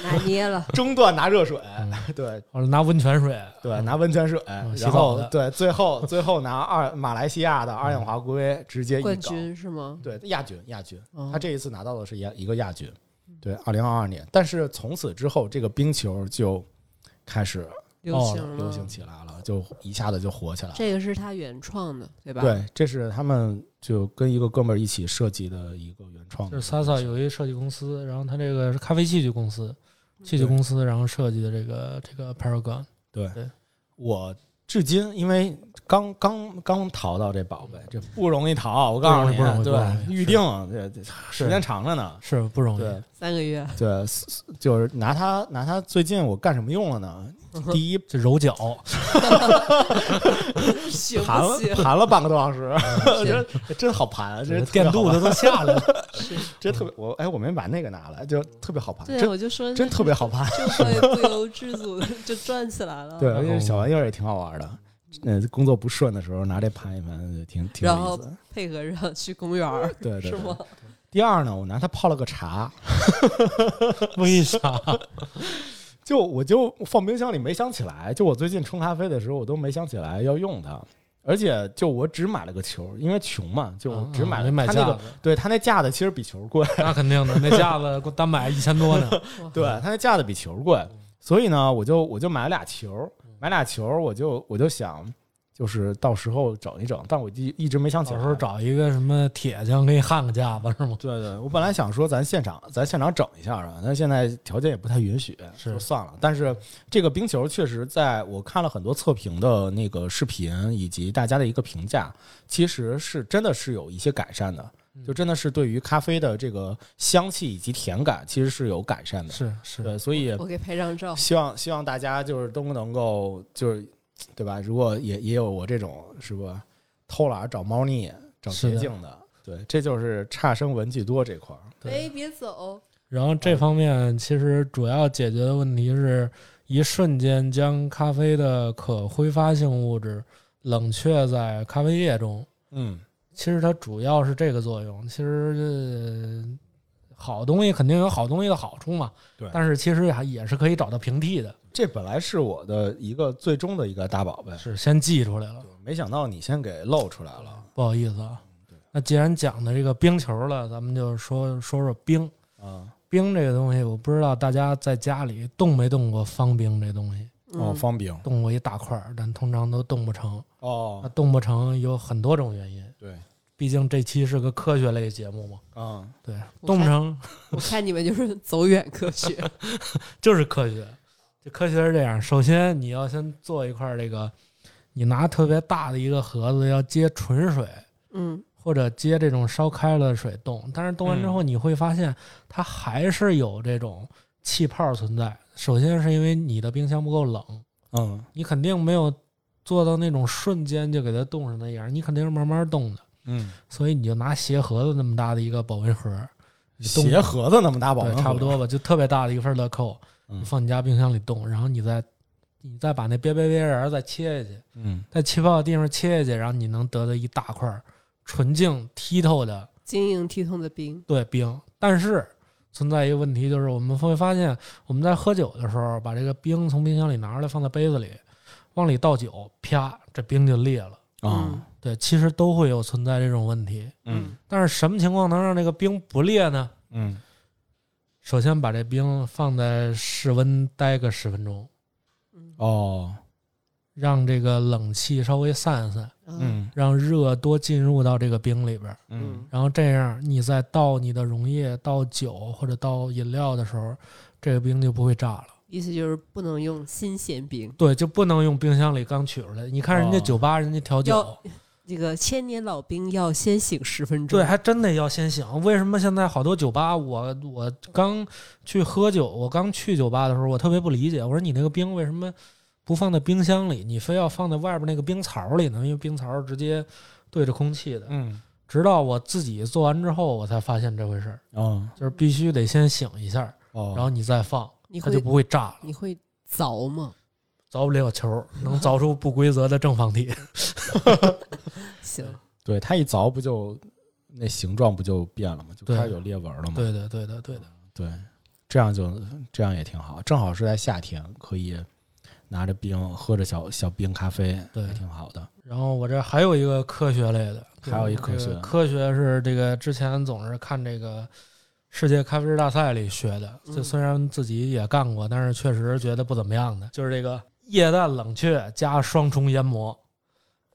Speaker 3: 拿 捏了，
Speaker 1: 中段拿热水， 对
Speaker 2: 完了拿温泉水，啊
Speaker 1: 对，拿温泉水，
Speaker 2: 嗯洗
Speaker 1: 然
Speaker 2: 澡
Speaker 1: 后
Speaker 2: 的
Speaker 1: 对最后最后拿二马来西亚的二氧化硅直接一
Speaker 3: 冠
Speaker 1: 搞
Speaker 3: 军是吗？
Speaker 1: 对亚军，亚军，
Speaker 3: 哦
Speaker 1: 他这一次拿到的是一一个亚军，
Speaker 3: 嗯
Speaker 1: 对，二零二二年。但是从此之后，这个冰球就开始
Speaker 3: 流
Speaker 2: 哦
Speaker 3: 行了，
Speaker 1: 流行起来了，就一下子就火起来了。
Speaker 3: 这个是他原创的，对吧？，
Speaker 1: 对，这是他们就跟一个哥们儿一起设计的一个原创
Speaker 2: 就
Speaker 1: 的
Speaker 2: 是
Speaker 1: 东西，
Speaker 2: Sasa 有一设计公司，然后他这个是咖啡戏剧公司，戏剧
Speaker 1: 对
Speaker 2: 公司，然后设计的这个这个 Paragon，
Speaker 1: 对
Speaker 2: 对
Speaker 1: 我。至今，因为刚刚刚淘到这宝贝，这不容易淘。我告诉你，
Speaker 2: 嗯不容易不容易不
Speaker 1: 对
Speaker 2: 容易
Speaker 1: 预
Speaker 2: 是
Speaker 1: 定啊这这时间长着呢。
Speaker 2: 是不容易。
Speaker 1: 对
Speaker 3: 三 个月，
Speaker 1: 对，是就是拿它拿它最近我干什么用了呢？
Speaker 2: 嗯
Speaker 1: 第一，
Speaker 2: 这 揉脚，
Speaker 3: 行
Speaker 1: 盘
Speaker 3: 不
Speaker 1: 了
Speaker 3: 行？
Speaker 1: 盘了半个多小 时，我觉
Speaker 3: 行
Speaker 1: 得真好盘，
Speaker 2: 这
Speaker 1: 这
Speaker 2: 电镀的，都下来了。
Speaker 3: 是，
Speaker 1: 这特别我哎，我没把那个拿来，就特别好盘，
Speaker 3: 对，
Speaker 1: 真
Speaker 3: 啊我就说
Speaker 1: 真特别好盘。
Speaker 3: 就 会不由自主的 就转起来
Speaker 2: 嗯
Speaker 3: 了。
Speaker 1: 对，而且小玩意儿也挺好玩的。呃，工作不顺的时候拿这盘一盘，也挺挺
Speaker 3: 然
Speaker 1: 有
Speaker 3: 后
Speaker 1: 意思的。
Speaker 3: 配合着去公园儿，
Speaker 1: 对对
Speaker 3: 是
Speaker 1: 对
Speaker 3: 吗。？
Speaker 1: 第二呢，我拿它泡了个茶，
Speaker 2: 为啥？
Speaker 1: 就我就放冰箱里没想起来，就我最近冲咖啡的时候，我都没想起来要用它。而且就我只买了个球，因为穷嘛，就我只买
Speaker 2: 啊
Speaker 1: 了
Speaker 2: 没买
Speaker 1: 它
Speaker 2: 架嗯
Speaker 1: 那
Speaker 2: 子
Speaker 1: 个，，对它那架子其实比球贵。
Speaker 2: 那肯定的，那架子给我单买一千 多呢。
Speaker 1: 对，它那架子比球贵，所以呢，我就我就买了俩球，买俩球，我就我就想，就是到时候整一整，但我一一直没想起
Speaker 2: 小
Speaker 1: 来。
Speaker 2: 时候找一个什么铁匠给你焊个架子是吗？
Speaker 1: 对对，我本来想说咱现场咱现场整一下啊，但现在条件也不太允许，
Speaker 2: 是
Speaker 1: 就算了。但是这个冰球确实在我看了很多测评的那个视频以及大家的一个评价，其实是真的是有一些改善的，
Speaker 2: 嗯
Speaker 1: 就真的是对于咖啡的这个香气以及甜感其实是有改善的。
Speaker 2: 是是，
Speaker 1: 对，所以
Speaker 3: 我给拍张照，
Speaker 1: 希望希望大家就是都能够就是，对吧？如果也也有我这种是吧，偷懒儿找猫腻、找
Speaker 2: 是
Speaker 1: 捷
Speaker 2: 的
Speaker 1: 径的，对，这就是差生文具多这块儿。
Speaker 2: 对
Speaker 3: 哎，别
Speaker 1: 哦
Speaker 3: 走，
Speaker 2: 然后这方面其实主要解决的问题是，一瞬间将咖啡的可挥发性物质冷却在咖啡液中。
Speaker 1: 嗯，
Speaker 2: 其实它主要是这个作用。其实、呃、好东西肯定有好东西的好处嘛，
Speaker 1: 对
Speaker 2: 但是其实还也是可以找到平替的，
Speaker 1: 这本来是我的一个最终的一个大宝贝，
Speaker 2: 是先记出来了。
Speaker 1: 没想到你先给露出来了
Speaker 2: 不好意思啊，那既然讲的这个冰球了，咱们就说说说冰。
Speaker 1: 啊！
Speaker 2: 冰这个东西，我不知道大家在家里冻没冻过方冰这东西，
Speaker 1: 哦，
Speaker 3: 嗯
Speaker 1: 方饼
Speaker 2: 冻过一大块儿，但通常都冻不成。那
Speaker 1: 哦，
Speaker 2: 冻不成有很多种原因，
Speaker 1: 对，
Speaker 2: 毕竟这期是个科学类节目嘛。
Speaker 1: 嗯，
Speaker 2: 对，
Speaker 3: 我
Speaker 2: 冻不
Speaker 3: 看
Speaker 2: 成
Speaker 3: 我看你们就是走远科学，
Speaker 2: 就是科学。这科学是这样：首先你要先做一块儿这个，你拿特别大的一个盒子，要接纯水
Speaker 3: 嗯，
Speaker 2: 或者接这种烧开了水冻。但是冻完之后，你会发现它还是有这种气泡存在。首先是因为你的冰箱不够冷，
Speaker 1: 嗯
Speaker 2: 你肯定没有做到那种瞬间就给它冻成那样，你肯定是慢慢冻的。
Speaker 1: 嗯，
Speaker 2: 所以你就拿鞋盒子那么大的一个保温盒，你冻
Speaker 1: 鞋盒子那么大宝贝，
Speaker 2: 对，差不多吧，就特别大的一份乐扣，
Speaker 1: 嗯
Speaker 2: 你放你家冰箱里冻，然后你再你再把那边边边缘儿再切下去，
Speaker 1: 嗯，
Speaker 2: 在气泡的地方切下去，然后你能得到一大块儿纯净剔透的
Speaker 3: 晶莹剔透的冰，
Speaker 2: 对冰。但是存在一个问题，就是我们会发现我们在喝酒的时候，把这个冰从冰箱里拿出来放在杯子里，往里倒酒，啪，这冰就裂了。
Speaker 3: 嗯
Speaker 1: 啊，
Speaker 2: 对，其实都会有存在这种问题。
Speaker 1: 嗯
Speaker 2: 但是什么情况能让这个冰不裂呢？
Speaker 1: 嗯，
Speaker 2: 首先把这冰放在室温待个十分钟，
Speaker 3: 嗯
Speaker 1: 哦，
Speaker 2: 让这个冷气稍微散散，
Speaker 3: 嗯
Speaker 1: 嗯
Speaker 2: 让热多进入到这个冰里边儿。
Speaker 1: 嗯
Speaker 2: 然后这样，你再倒你的溶液、倒酒或者倒饮料的时候，这个冰就不会炸了。
Speaker 3: 意思就是不能用新鲜冰，
Speaker 2: 对，就不能用冰箱里刚取出来。你看人家
Speaker 1: 哦
Speaker 2: 酒吧，人家调酒
Speaker 3: 要，这个千年老冰要先醒十分钟，
Speaker 2: 对，还真得要先想。为什么现在好多酒吧，我我刚去喝酒，我刚去酒吧的时候，我特别不理解。我说你那个冰为什么不放在冰箱里，你非要放在外边那个冰槽里呢？因为冰槽是直接对着空气的。
Speaker 1: 嗯
Speaker 2: 直到我自己做完之后，我才发现这回事儿，
Speaker 1: 哦
Speaker 2: 就是必须得先醒一下，
Speaker 1: 哦，
Speaker 2: 然后你再放，
Speaker 3: 你
Speaker 2: 它
Speaker 3: 会
Speaker 2: 就不会炸了。
Speaker 3: 你会凿吗？
Speaker 2: 凿不了球，能凿出不规则的正方体。
Speaker 3: 行，
Speaker 1: 对，它一凿不就那形状不就变了吗？就
Speaker 2: 对
Speaker 1: 开始有裂纹了嘛。
Speaker 2: 对的，对的，对的。
Speaker 1: 对，这样就这样也挺好，正好是在夏天，可以拿着冰喝着小小冰咖啡，
Speaker 2: 对
Speaker 1: 还挺好的。
Speaker 2: 然后我这还有一个科学类的，
Speaker 1: 还有一科学
Speaker 2: 这个科学是这个之前总是看这个世界咖啡师大赛里学的，
Speaker 3: 嗯
Speaker 2: 这虽然自己也干过，但是确实觉得不怎么样的，就是这个液氮冷却加双重研磨。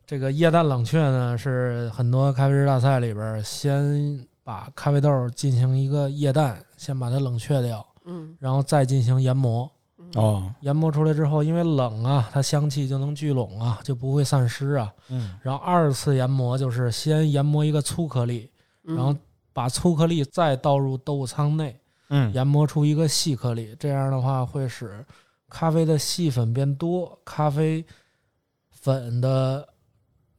Speaker 2: 这个液氮冷却呢，是很多咖啡师大赛里边儿先把咖啡豆进行一个液氮，先把它冷却掉，
Speaker 3: 嗯，
Speaker 2: 然后再进行研磨。
Speaker 3: 嗯，
Speaker 1: 哦，
Speaker 2: 研磨出来之后，因为冷啊，它香气就能聚拢啊，就不会散失啊。
Speaker 1: 嗯，
Speaker 2: 然后二次研磨就是先研磨一个粗颗粒，
Speaker 3: 嗯
Speaker 2: 然后把粗颗粒再倒入豆仓内
Speaker 1: 嗯，
Speaker 2: 研磨出一个细颗粒，这样的话会使咖啡的细粉变多，咖啡粉的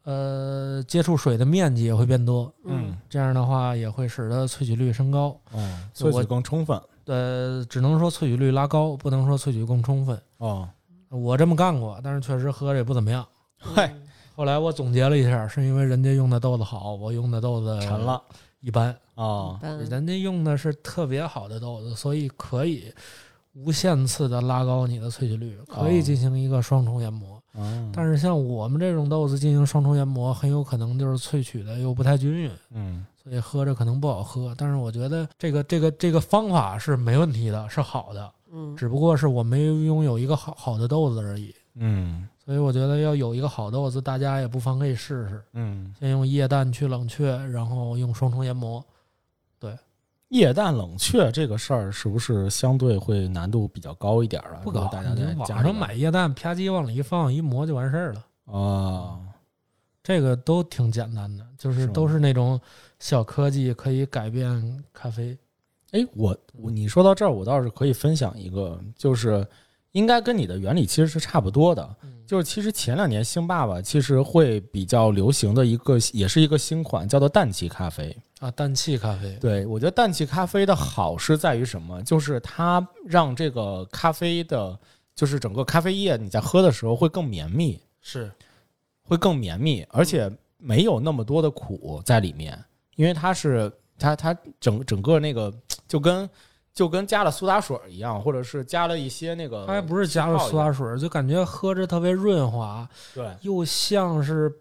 Speaker 2: 呃接触水的面积也会变多，
Speaker 1: 嗯，
Speaker 2: 这样的话也会使它萃取率升高。
Speaker 1: 哦，
Speaker 2: 就
Speaker 1: 萃
Speaker 2: 我
Speaker 1: 取更充分。
Speaker 2: 呃，只能说萃取率拉高，不能说萃取更充分。
Speaker 1: 哦，
Speaker 2: 我这么干过，但是确实喝着也不怎么样。
Speaker 1: 嗨，
Speaker 3: 嗯
Speaker 2: 后来我总结了一下，是因为人家用的豆子好，我用的豆子
Speaker 1: 沉了。
Speaker 2: 一般，
Speaker 1: 嗯哦，
Speaker 3: 嗯
Speaker 2: 人家用的是特别好的豆子，所以可以无限次的拉高你的萃取率，可以进行一个双重研磨。
Speaker 1: 嗯，
Speaker 2: 但是像我们这种豆子进行双重研磨，很有可能就是萃取的又不太均匀，
Speaker 1: 嗯，
Speaker 2: 所以喝着可能不好喝。但是我觉得这个这个这个方法是没问题的，是好的，
Speaker 3: 嗯
Speaker 2: 只不过是我没拥有一个好好的豆子而已。
Speaker 1: 嗯，
Speaker 2: 所以我觉得要有一个好豆子，大家也不妨可以试试，
Speaker 1: 嗯，
Speaker 2: 先用液氮去冷却，然后用双重研磨。
Speaker 1: 液氮冷却这个事儿是不是相对会难度比较高一点儿了？
Speaker 2: 不
Speaker 1: 如果
Speaker 2: 搞，
Speaker 1: 啊大家
Speaker 2: 你
Speaker 1: 在
Speaker 2: 网
Speaker 1: 家里
Speaker 2: 上
Speaker 1: 边
Speaker 2: 买液氮，啪叽往里一放，一磨就完事儿了。
Speaker 1: 哦，
Speaker 2: 这个都挺简单的，就是是
Speaker 1: 吗
Speaker 2: 都是那种小科技可以改变咖啡。
Speaker 1: 哎，我我你说到这儿，我倒是可以分享一个，就是应该跟你的原理其实是差不多的。
Speaker 2: 嗯
Speaker 1: 就是其实前两年星爸爸其实会比较流行的一个，也是一个新款，叫做氮气咖啡。
Speaker 2: 啊，氮气咖啡，
Speaker 1: 对我觉得氮气咖啡的好是在于什么？就是它让这个咖啡的，就是整个咖啡液你在喝的时候会更绵密，
Speaker 2: 是
Speaker 1: 呃会更绵密，
Speaker 2: 嗯
Speaker 1: 而且没有那么多的苦在里面，因为它是它它整整个那个就跟就跟加了苏打水一样，或者是加了一些那个
Speaker 2: 它还不是加了苏打水，就感觉喝着特别润滑，
Speaker 1: 对
Speaker 2: 又像是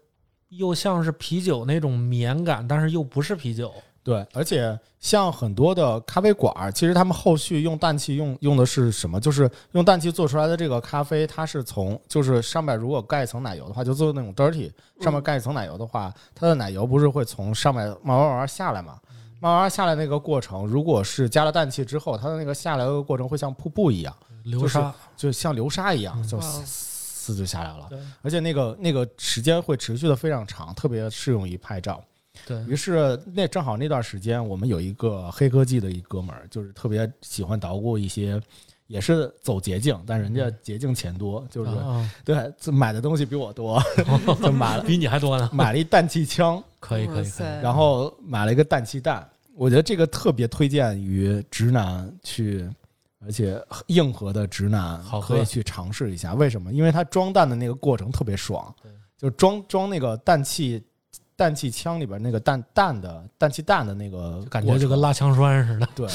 Speaker 2: 又像是啤酒那种绵感，但是又不是啤酒。
Speaker 1: 对，而且像很多的咖啡馆儿，其实他们后续用氮气用用的是什么？就是用氮气做出来的这个咖啡，它是从就是上面如果盖一层奶油的话，就做那种 dirty，上
Speaker 2: 嗯
Speaker 1: 面盖一层奶油的话，它的奶油不是会从上面慢慢慢慢下来嘛？
Speaker 2: 嗯
Speaker 1: 慢慢下来那个过程，如果是加了氮气之后，它的那个下来的过程会像瀑布一样，
Speaker 2: 流沙，
Speaker 1: 就像流沙一样，
Speaker 2: 嗯
Speaker 1: 就
Speaker 3: 哇
Speaker 1: 嘶嘶嘶就下来了。
Speaker 2: 对
Speaker 1: 而且那个那个时间会持续的非常长，特别适用于拍照。
Speaker 2: 对
Speaker 1: 于是那正好那段时间，我们有一个黑科技的一哥们儿，就是特别喜欢捣鼓一些，也是走捷径，但人家捷径钱多，就是、
Speaker 2: 嗯啊，
Speaker 1: 对这买的东西比我多， 就买了
Speaker 2: 比你还多呢。
Speaker 1: 买了一氮气 枪，
Speaker 2: 可以
Speaker 3: 哇
Speaker 2: 可以可
Speaker 3: 塞
Speaker 2: 以，
Speaker 1: 然后买了一个氮气弹。我觉得这个特别推荐于直男去，而且硬核的直男
Speaker 2: 好喝
Speaker 1: 可以去尝试一下。为什么？因为它装弹的那个过程特别爽
Speaker 2: 对，
Speaker 1: 就装装那个氮气氮气枪里边那个氮氮的氮气弹的那个
Speaker 2: 就感觉就
Speaker 1: 过
Speaker 2: 跟
Speaker 1: 程
Speaker 2: 拉枪栓似的。
Speaker 1: 对，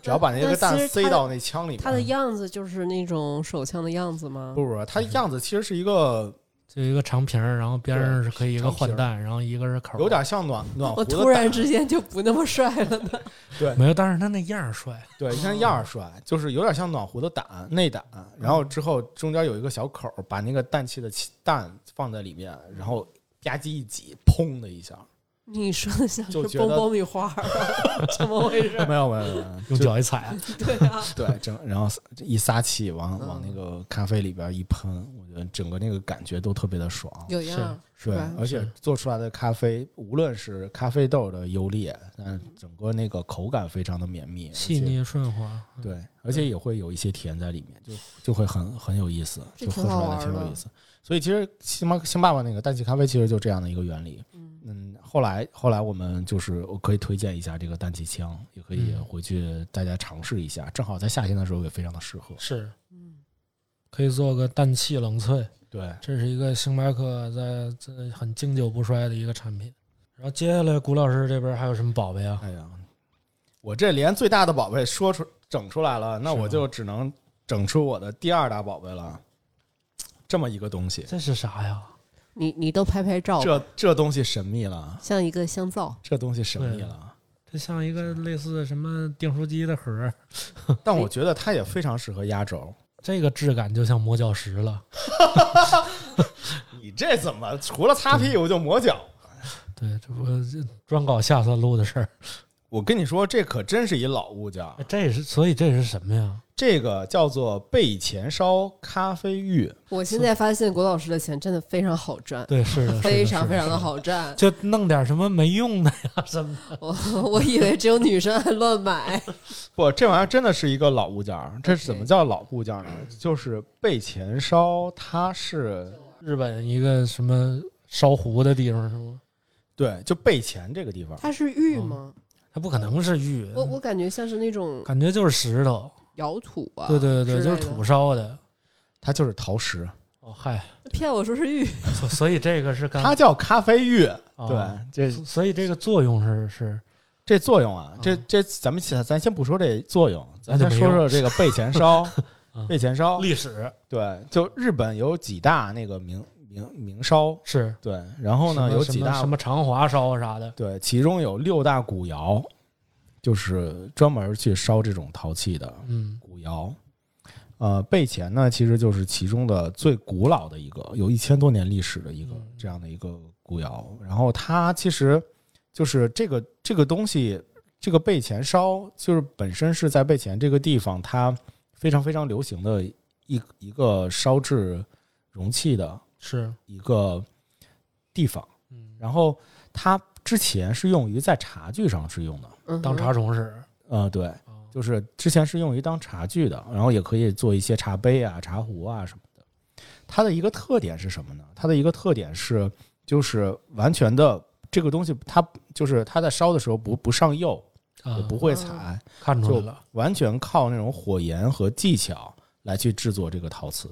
Speaker 1: 只要把那个
Speaker 3: 那其
Speaker 1: 弹
Speaker 3: 实
Speaker 1: 塞
Speaker 3: 它
Speaker 1: 到那枪里边，
Speaker 3: 它的样子就是那种手枪的样子吗？
Speaker 1: 不不不，它样子其实是一个
Speaker 2: 就一个长瓶儿，然后边上是可以一个换弹，然后一个是口儿，
Speaker 1: 有点像暖暖
Speaker 3: 我
Speaker 1: 壶的
Speaker 3: 突然
Speaker 1: 弹
Speaker 3: 之间就不那么帅了呢。
Speaker 2: 没有，但是他那样儿帅，
Speaker 1: 对，像样儿帅，就是有点像暖壶的胆内胆，然后之后中间有一个小口儿，把那个氮气的气蛋放在里面，然后吧唧一挤，砰的一下，
Speaker 3: 你说的像
Speaker 1: 就是觉
Speaker 3: 蹦
Speaker 1: 得
Speaker 3: 爆米花儿啊，怎么回事？
Speaker 1: 没有没有没有，就
Speaker 2: 用脚一踩，
Speaker 3: 对啊，
Speaker 1: 对整，然后一撒气往
Speaker 3: 嗯
Speaker 1: 往那个咖啡里边一喷，我觉得整个那个感觉都特别的爽。
Speaker 3: 有样儿
Speaker 1: 对
Speaker 3: 吧，？
Speaker 1: 而且
Speaker 2: 是
Speaker 1: 做出来的咖啡，无论是咖啡豆的优劣，但整个那个口感非常的绵密，而
Speaker 2: 细
Speaker 1: 且
Speaker 2: 腻顺滑。
Speaker 1: 对，而且也会有一些甜在里面，就就会很很有意思，
Speaker 3: 这
Speaker 1: 就喝
Speaker 3: 挺
Speaker 1: 出
Speaker 3: 好
Speaker 1: 来
Speaker 3: 玩
Speaker 1: 挺有
Speaker 3: 的
Speaker 1: 意思。所以其实星巴星爸爸那个氮气咖啡其实就这样的一个原理。
Speaker 3: 嗯
Speaker 1: 嗯，后来后来我们就是我可以推荐一下这个氮气枪，也可以
Speaker 2: 嗯
Speaker 1: 回去大家尝试一下，正好在夏天的时候也非常的适合。
Speaker 2: 是，
Speaker 3: 嗯，
Speaker 2: 可以做个氮气冷萃，
Speaker 1: 对，
Speaker 2: 这是一个星巴克在在很经久不衰的一个产品。然后接下来谷老师这边还有什么宝贝啊？
Speaker 1: 哎呀，我这连最大的宝贝说出整出来了，那
Speaker 2: 是吗
Speaker 1: 我就只能整出我的第二大宝贝了。这么一个东西，
Speaker 2: 这是啥呀？
Speaker 3: 你你都拍拍
Speaker 2: 哦
Speaker 3: 照吧，
Speaker 1: 这这东西神秘了，
Speaker 3: 像一个香皂，
Speaker 1: 这东西神秘
Speaker 2: 啊
Speaker 1: 了。
Speaker 2: 这像一个类似什么订书机的盒儿，
Speaker 1: 但我觉得它也非常适合压轴。
Speaker 2: 这个质感就像磨脚石了。
Speaker 1: 你这怎么除了擦屁股就磨脚？
Speaker 2: 对，这不这专搞下三路的事儿。
Speaker 1: 我跟你说，这可真是一老物件儿。
Speaker 2: 哎这是所以这是什么呀？
Speaker 1: 这个叫做备前烧咖啡浴，
Speaker 3: 我现在发现谷老师的钱真的非常好赚，
Speaker 2: 对， 是的，是的
Speaker 3: 非常非常的。
Speaker 2: 是
Speaker 3: 好赚。
Speaker 2: 就弄点什么没用的呀， 什么的
Speaker 3: 我 我以为只有女生还乱 买，
Speaker 1: 不，这玩意儿真的是一个老物件儿。这是怎么叫老物件儿呢？就是备前烧，它是
Speaker 2: 日本一个什么烧壶的地方是吗？
Speaker 1: 对，就备前这个地方。
Speaker 3: 它是玉
Speaker 2: 嗯
Speaker 3: 吗？
Speaker 2: 它不可能是玉，
Speaker 3: 我我感觉像是那种
Speaker 2: 感觉就是石头。
Speaker 3: 窑土啊，
Speaker 2: 对对对对，
Speaker 3: 之类
Speaker 2: 就
Speaker 3: 的
Speaker 2: 是土烧的。
Speaker 1: 它就是陶石，
Speaker 2: 哦嗨，
Speaker 3: 骗我说是玉，
Speaker 2: 所所以这个是干
Speaker 1: 它叫咖啡浴。
Speaker 2: 哦
Speaker 1: 对，这
Speaker 2: 所所以这个作用是是
Speaker 1: 这作用啊
Speaker 2: 嗯，
Speaker 1: 这这咱们先咱先不说这作用，咱
Speaker 2: 那
Speaker 1: 先
Speaker 2: 就没
Speaker 1: 说说
Speaker 2: 用
Speaker 1: 这个备 前烧
Speaker 2: 嗯。
Speaker 1: 备前烧，
Speaker 2: 历史
Speaker 1: 对，就日本有几大那个名名名烧，
Speaker 2: 是。
Speaker 1: 对，然后呢
Speaker 2: 什么
Speaker 1: 有几
Speaker 2: 什么
Speaker 1: 大
Speaker 2: 什么长华烧啥的，
Speaker 1: 对，其中有六大古窑，就是专门去烧这种陶器的
Speaker 2: 嗯，
Speaker 1: 古窑。呃，备前呢，其实就是其中的最古老的一个，有一千多年历史的一个
Speaker 2: 嗯
Speaker 1: 这样的一个古窑。然后它其实就是这个这个东西，这个备前烧，就是本身是在备前这个地方，它非常非常流行的一一个烧制容器的
Speaker 2: 是，
Speaker 1: 一个地方。
Speaker 2: 嗯，
Speaker 1: 然后它之前是用于在茶具上是用的，
Speaker 3: 嗯哼
Speaker 2: 当茶虫使，
Speaker 1: 呃，对，
Speaker 2: 啊
Speaker 1: 就是之前是用于当茶具的，然后也可以做一些茶杯啊、茶壶啊什么的。它的一个特点是什么呢？它的一个特点是，就是完全的这个东西，它就是它在烧的时候不不上釉，也
Speaker 2: 啊，
Speaker 1: 不会踩，
Speaker 2: 看出
Speaker 1: 就
Speaker 2: 来了，
Speaker 1: 完全靠那种火焰和技巧来去制作这个陶瓷。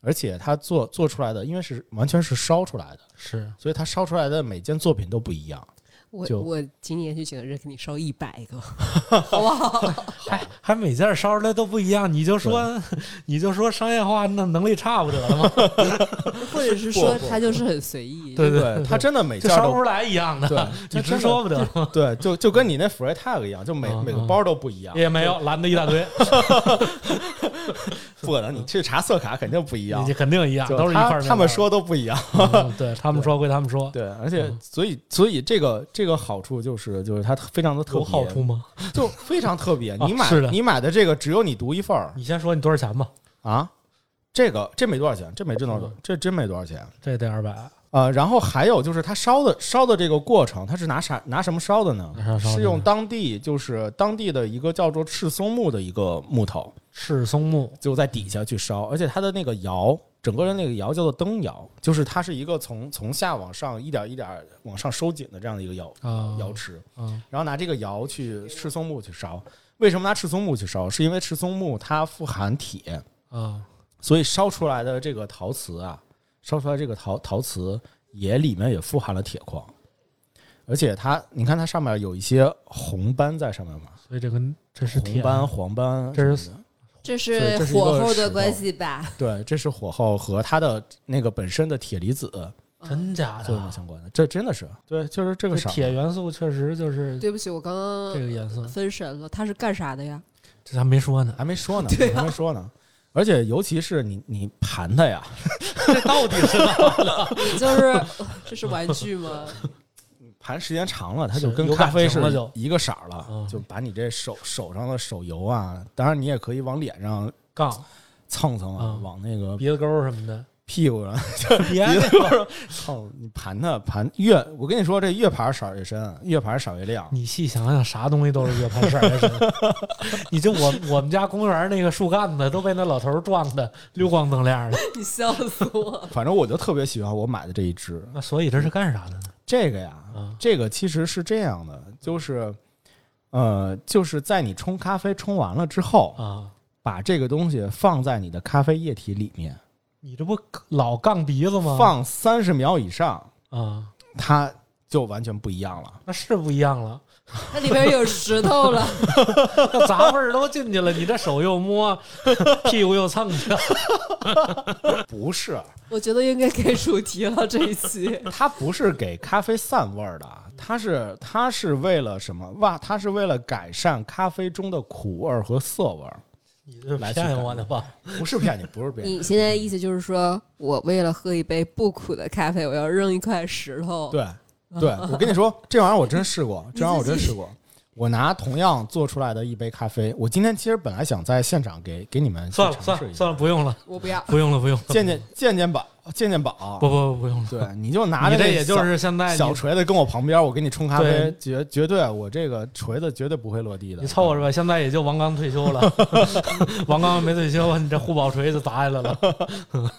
Speaker 1: 而且它做做出来的，因为是完全是烧出来的，
Speaker 2: 是
Speaker 1: 所以它烧出来的每件作品都不一样。
Speaker 3: 我
Speaker 1: 就
Speaker 3: 我今年就请人给你烧一百个，好不好？
Speaker 2: 还还每件烧出来都不一样，你就说 你就说商业化那能力差不得了吗？
Speaker 3: 或者是说
Speaker 1: 不不
Speaker 3: 他就是很随意，
Speaker 2: 对
Speaker 1: 对，它真的每
Speaker 2: 就
Speaker 1: 件
Speaker 2: 烧
Speaker 1: 都
Speaker 2: 不出来 一样的，
Speaker 1: 对，
Speaker 2: 你
Speaker 1: 它
Speaker 2: 直
Speaker 1: 真
Speaker 2: 说
Speaker 1: 的
Speaker 2: 不得了吗？
Speaker 1: 对，就就跟你那 free tag 一样，就每
Speaker 2: 嗯
Speaker 1: 每个
Speaker 2: 嗯
Speaker 1: 包都不一样，
Speaker 2: 也没有蓝的一大堆，
Speaker 1: 不可能你去查色卡肯定 不一样
Speaker 2: 你，肯定一样，
Speaker 1: 就
Speaker 2: 都是一块
Speaker 1: 他
Speaker 2: 儿。
Speaker 1: 他们，说都不一 样。
Speaker 2: 嗯 对他们说归他们说，
Speaker 1: 对，而且
Speaker 2: 嗯
Speaker 1: 所以所以这个这个好处就是就是它非常的特
Speaker 2: 有
Speaker 1: 别，
Speaker 2: 好处吗？
Speaker 1: 就非常特别。
Speaker 2: 啊
Speaker 1: 你买
Speaker 2: 是的
Speaker 1: 你买的这个只有你独一份儿
Speaker 2: 你先说你多少钱吧，
Speaker 1: 啊，这个这没多少钱，这没多少
Speaker 2: 嗯，
Speaker 1: 这真没多少钱。
Speaker 2: 这得二百，
Speaker 1: 呃，然后还有就是它烧的烧的这个过程，它是拿啥拿什么烧的呢
Speaker 2: 拿啥？烧的呢
Speaker 1: 是用当地就是当地的一个叫做赤松木的一个木头，
Speaker 2: 赤松木
Speaker 1: 就在底下去烧，而且它的那个窑，整个的那个窑叫做灯窑，就是它是一个从从下往上一点一点往上收紧的这样的一个窑、
Speaker 2: 啊，
Speaker 1: 窑池，
Speaker 2: 啊，
Speaker 1: 然后拿这个窑去赤松木去烧。为什么拿赤松木去烧？是因为赤松木它富含铁，
Speaker 2: 啊，
Speaker 1: 所以烧出来的这个陶瓷啊，烧出来这个陶陶瓷也里面也富含了铁矿，而且它，你看它上面有一些红斑在上面嘛，
Speaker 2: 所以这个这是
Speaker 1: 红
Speaker 2: 铁，啊
Speaker 1: 斑、黄斑，
Speaker 2: 这是
Speaker 3: 这
Speaker 1: 对
Speaker 3: 是
Speaker 1: 这是一个
Speaker 3: 火候
Speaker 1: 石
Speaker 3: 的
Speaker 1: 头
Speaker 3: 关系吧？嗯
Speaker 1: 对，这是火候和它的那个本身的铁离子
Speaker 2: 真假
Speaker 1: 作用
Speaker 2: 的？
Speaker 1: 相关的，这真的是对，就是这个
Speaker 2: 这
Speaker 1: 色儿
Speaker 2: 铁元素确实就是
Speaker 3: 对不起，我刚刚
Speaker 2: 这个颜色，
Speaker 3: 分神了，他是干啥的呀？
Speaker 2: 这还没说呢，
Speaker 1: 还没说呢，
Speaker 3: 对啊
Speaker 1: 还没说呢。而且尤其是你你盘它呀，
Speaker 2: 这到底是
Speaker 3: 你就是 这是玩具吗？
Speaker 1: 盘时间长了，它
Speaker 2: 是
Speaker 1: 就跟
Speaker 2: 有
Speaker 1: 咖
Speaker 2: 感
Speaker 1: 啡是
Speaker 2: 情了就
Speaker 1: 一个色儿了
Speaker 2: 嗯，
Speaker 1: 就把你这手手上的手油啊，当然你也可以往脸上
Speaker 2: 杠
Speaker 1: 蹭蹭啊，
Speaker 2: 嗯
Speaker 1: 往那个
Speaker 2: 鼻子沟什 么的，
Speaker 1: 屁股上
Speaker 2: 别
Speaker 1: 鼻子沟上蹭，你盘它盘越，我跟你说这越盘色儿越深，越盘色儿越亮。
Speaker 2: 你细想想，啥东西都是越盘事儿越深。 你就我我们家公园那个树干子都被那老头儿撞的溜光锃亮的，
Speaker 3: 你笑死我！
Speaker 1: 反正我就特别喜欢我买的这一支，
Speaker 2: 那所以这是干啥的呢？
Speaker 1: 这个呀，
Speaker 2: 啊
Speaker 1: 这个其实是这样的，就是，呃，就是在你冲咖啡冲完了之后，
Speaker 2: 啊，
Speaker 1: 把这个东西放在你的咖啡液体里面，
Speaker 2: 你这不老杠鼻子吗？
Speaker 1: 放三十秒以上，
Speaker 2: 啊，
Speaker 1: 它就完全不一样了。
Speaker 2: 那是不一 样了，
Speaker 3: 它里边有石头 了，
Speaker 2: 那杂味儿都进去了，你这手又摸， 屁股又蹭去，
Speaker 1: 不是，
Speaker 3: 我觉得应该给主题了这一期。
Speaker 1: 它不是给咖啡散味儿的，它是它是为了什么？哇，它是为了改善咖啡中的苦味儿和涩味儿，
Speaker 2: 你这
Speaker 1: 来去
Speaker 2: 骗
Speaker 1: 干
Speaker 2: 我呢吧？
Speaker 1: 不是骗你，不是骗
Speaker 3: 你现在意思就是说我为了喝一杯不苦的咖啡，我要扔一块石头。
Speaker 1: 对，对我跟你说，这玩意儿我真试过，这玩意儿我真试过。我拿同样做出来的一杯咖啡，我今天其实本来想在现场给给你们去
Speaker 2: 算了
Speaker 1: 尝
Speaker 2: 算
Speaker 1: 试一
Speaker 2: 了
Speaker 1: 下，
Speaker 2: 算了，不用了
Speaker 3: 我不 要。
Speaker 2: 不用了不用了，
Speaker 1: 鉴鉴鉴鉴宝，鉴鉴宝，
Speaker 2: 不不不不用了。
Speaker 1: 对，你就拿
Speaker 2: 你
Speaker 1: 着
Speaker 2: 这
Speaker 1: 这
Speaker 2: 也就
Speaker 1: 小
Speaker 2: 是现在你
Speaker 1: 小锤子跟我旁边，我给你冲咖啡
Speaker 2: 对，
Speaker 1: 绝绝对，我这个锤子绝对不会落地的。
Speaker 2: 你凑合着吧，现在也就王刚 退休了， 王刚没退休，你这护宝锤子砸下来了。
Speaker 1: 不是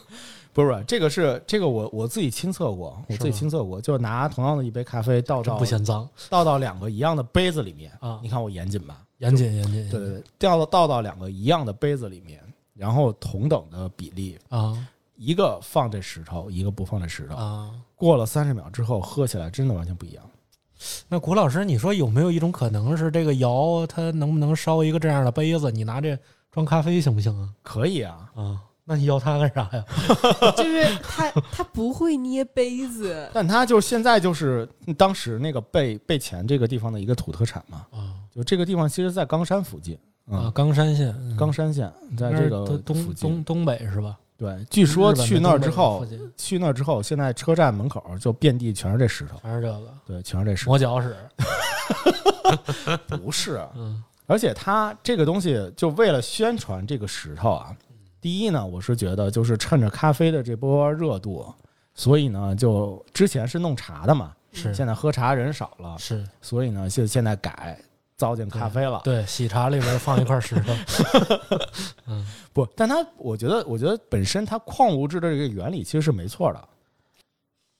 Speaker 1: 不是，这个是这个我我自己亲测过，我
Speaker 2: 是
Speaker 1: 自己
Speaker 2: 吗
Speaker 1: 亲测过，就是拿同样的一杯咖啡倒
Speaker 2: 这
Speaker 1: 到
Speaker 2: 不嫌脏
Speaker 1: 倒到两个一样的杯子里面
Speaker 2: 啊
Speaker 1: 你看我严谨吧？
Speaker 2: 严谨严谨严谨
Speaker 1: 对对对，倒到倒到两个一样的杯子里面，然后同等的比例，
Speaker 2: 啊
Speaker 1: 一个放这石头，一个不放这石头。
Speaker 2: 啊！
Speaker 1: 过了三十秒之后，喝起来真的完全不一样。
Speaker 2: 那谷老师，你说有没有一种可能是这个窑它能不能烧一个这样的杯子？你拿这装咖啡行不行啊？
Speaker 1: 可以啊，
Speaker 2: 啊，那你要它干啥呀？
Speaker 3: 就是他，他不会捏杯子，
Speaker 1: 但它就现在就是当时那个贝贝前这个地方的一个土特产嘛，
Speaker 2: 啊
Speaker 1: 就这个地方其实在冈山附近，
Speaker 2: 啊
Speaker 1: 嗯，，
Speaker 2: 冈山县，嗯
Speaker 1: 冈山县在
Speaker 2: 那
Speaker 1: 这
Speaker 2: 是
Speaker 1: 个
Speaker 2: 东
Speaker 1: 附
Speaker 2: 东
Speaker 1: 近
Speaker 2: 东。东北是吧？
Speaker 1: 对，据说
Speaker 2: 日本的
Speaker 1: 去那儿
Speaker 2: 东北
Speaker 1: 之后
Speaker 2: 附，近
Speaker 1: 去那儿之后，现在车站门口就遍地全是这石头，
Speaker 2: 全是啊这个
Speaker 1: 对，全是这石头。
Speaker 2: 磨脚屎，
Speaker 1: 不是，
Speaker 2: 嗯
Speaker 1: 而且它这个东西，就为了宣传这个石头啊，第一呢，我是觉得就是趁着咖啡的这波热度，所以呢，就之前是弄茶的嘛，
Speaker 2: 是
Speaker 1: 现在喝茶人少了，
Speaker 2: 是，
Speaker 1: 所以呢，就现在改糟践咖啡了。
Speaker 2: 对，喜茶里边放一块石头，
Speaker 1: 不，但它我觉得，我觉得本身它矿物质的这个原理其实是没错的。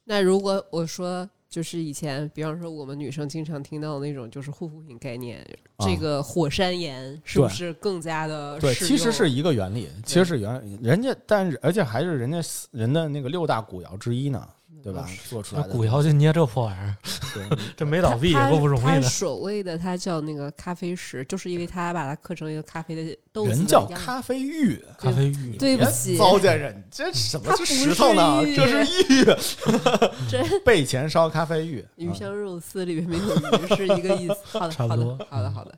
Speaker 3: 那如果我说，就是以前，比方说我们女生经常听到的那种，就是护肤品概念，
Speaker 1: 啊
Speaker 3: 这个火山岩是不是更加
Speaker 2: 呃
Speaker 3: 的
Speaker 1: 对，
Speaker 3: 适
Speaker 1: 其实
Speaker 3: 用
Speaker 1: 是一个原理，其实是原理。人家，但是而且还是人家四人的那个六大古窑之一呢，对吧？做出
Speaker 2: 嗯那
Speaker 1: 来的
Speaker 2: 古 窑就捏这破玩意儿，
Speaker 1: 对
Speaker 2: 这没倒闭也
Speaker 3: 它它
Speaker 2: 够不容易
Speaker 3: 它
Speaker 2: 的。
Speaker 3: 所谓的它叫那个咖啡石，就是因为它把它刻成一个咖啡的豆子的
Speaker 1: 人叫
Speaker 3: 样子
Speaker 1: 咖啡玉，
Speaker 2: 咖啡玉，
Speaker 3: 对不起，
Speaker 1: 哎糟践人，这什么是
Speaker 3: 它不
Speaker 1: 石头呢？
Speaker 3: 是玉
Speaker 1: 这是玉，
Speaker 3: 真
Speaker 1: 备前烧咖啡玉。
Speaker 3: 鱼
Speaker 1: 嗯
Speaker 3: 香肉丝里面没有鱼是一个意思。好的，
Speaker 2: 差不
Speaker 3: 好
Speaker 2: 多
Speaker 3: 的，好的，好的。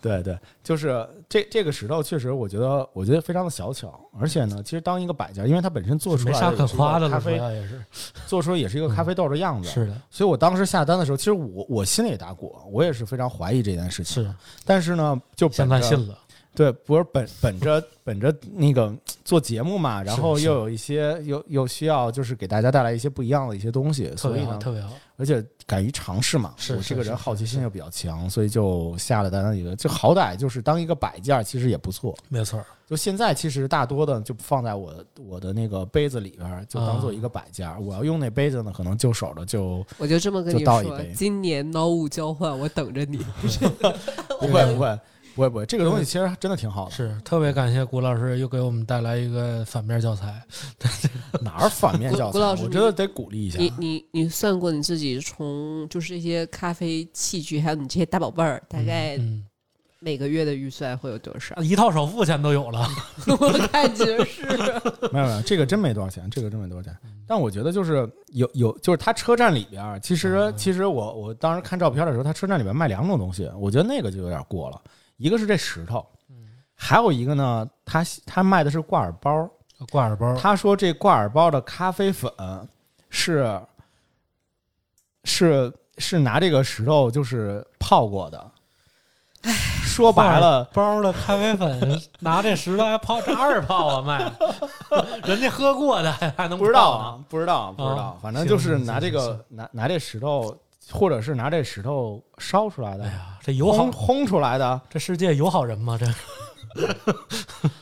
Speaker 1: 对对，就是这这个石头，确实我觉得我觉得非常的小巧，而且呢，其实当一个摆件，因为它本身做出
Speaker 2: 没
Speaker 1: 来
Speaker 2: 啥
Speaker 1: 也
Speaker 2: 可
Speaker 1: 是一
Speaker 2: 夸
Speaker 1: 个
Speaker 2: 的
Speaker 1: 咖
Speaker 2: 了，主
Speaker 1: 啡
Speaker 2: 要也是嗯
Speaker 1: 做出来也是一个咖啡豆的样子。
Speaker 2: 是的，
Speaker 1: 所以我当时下单的时候，其实我我心里也打鼓，我也是非常怀疑这件事情。
Speaker 2: 是
Speaker 1: 但是呢，就本
Speaker 2: 现在
Speaker 1: 着
Speaker 2: 信了，
Speaker 1: 对，不是本本着本着那个做节目嘛，然后
Speaker 2: 是
Speaker 1: 又有一些又又需要就是给大家带来一些不一样的一些东西，
Speaker 2: 特
Speaker 1: 所
Speaker 2: 别
Speaker 1: 以
Speaker 2: 好，
Speaker 1: 呢，
Speaker 2: 特别好。
Speaker 1: 而且敢于尝试嘛，
Speaker 2: 是
Speaker 1: 我
Speaker 2: 是
Speaker 1: 这个
Speaker 2: 是
Speaker 1: 人好奇
Speaker 2: 是
Speaker 1: 心又比较强，所以就下了单一个，就好歹就是当一个摆件儿，其实也不错。
Speaker 2: 没错儿，
Speaker 1: 就现在其实大多的就放在我我的那个杯子里边儿，就当
Speaker 2: 啊
Speaker 1: 做一个摆件儿。我要用那杯子呢，可能就手的就
Speaker 3: 我就这么跟你
Speaker 1: 就倒一
Speaker 3: 说
Speaker 1: 杯，
Speaker 3: 今年脑雾交换，我等着你。
Speaker 1: 不会不会不会不会，这个东西其实真的挺好的。
Speaker 2: 是特别感谢谷老师又给我们带来一个反面教材。
Speaker 1: 哪儿反面
Speaker 3: 古
Speaker 1: 教材？
Speaker 3: 古老师
Speaker 1: 我
Speaker 3: 你
Speaker 1: 真的得鼓励一下。
Speaker 3: 你你你算过你自己从就是这些咖啡器具，还有你这些大宝贝儿，大概
Speaker 2: 嗯，
Speaker 3: 每个月的预算会有多 少？
Speaker 2: 一套首付钱都有了，
Speaker 3: 我感觉是，
Speaker 1: 没有没有，这个真没多少钱，这个真没多少钱。但我觉得就是有有，就是它车站里边儿，啊其实
Speaker 2: 嗯
Speaker 1: 其实我我当时看照片的时候，它车站里边卖两种东西，我觉得那个就有点过了。一个是这石头，还有一个呢，他他卖的是 挂耳包，
Speaker 2: 挂耳包，
Speaker 1: 他说这挂耳包的咖啡粉是是是拿这个石头就是泡过的，说白了。
Speaker 2: 包的咖啡粉，拿这石头还泡这二泡啊卖， 人家喝过的还还能
Speaker 1: 不知道
Speaker 2: 泡呢，
Speaker 1: 啊，不知道，
Speaker 2: 哦
Speaker 1: 不知道，反正就是拿这
Speaker 2: 行行
Speaker 1: 个
Speaker 2: 行
Speaker 1: 拿拿这石头，或者是拿这石头烧出来的
Speaker 2: 哎，呀，这有好
Speaker 1: 烘，烘出来的。
Speaker 2: 这世界有好人吗？这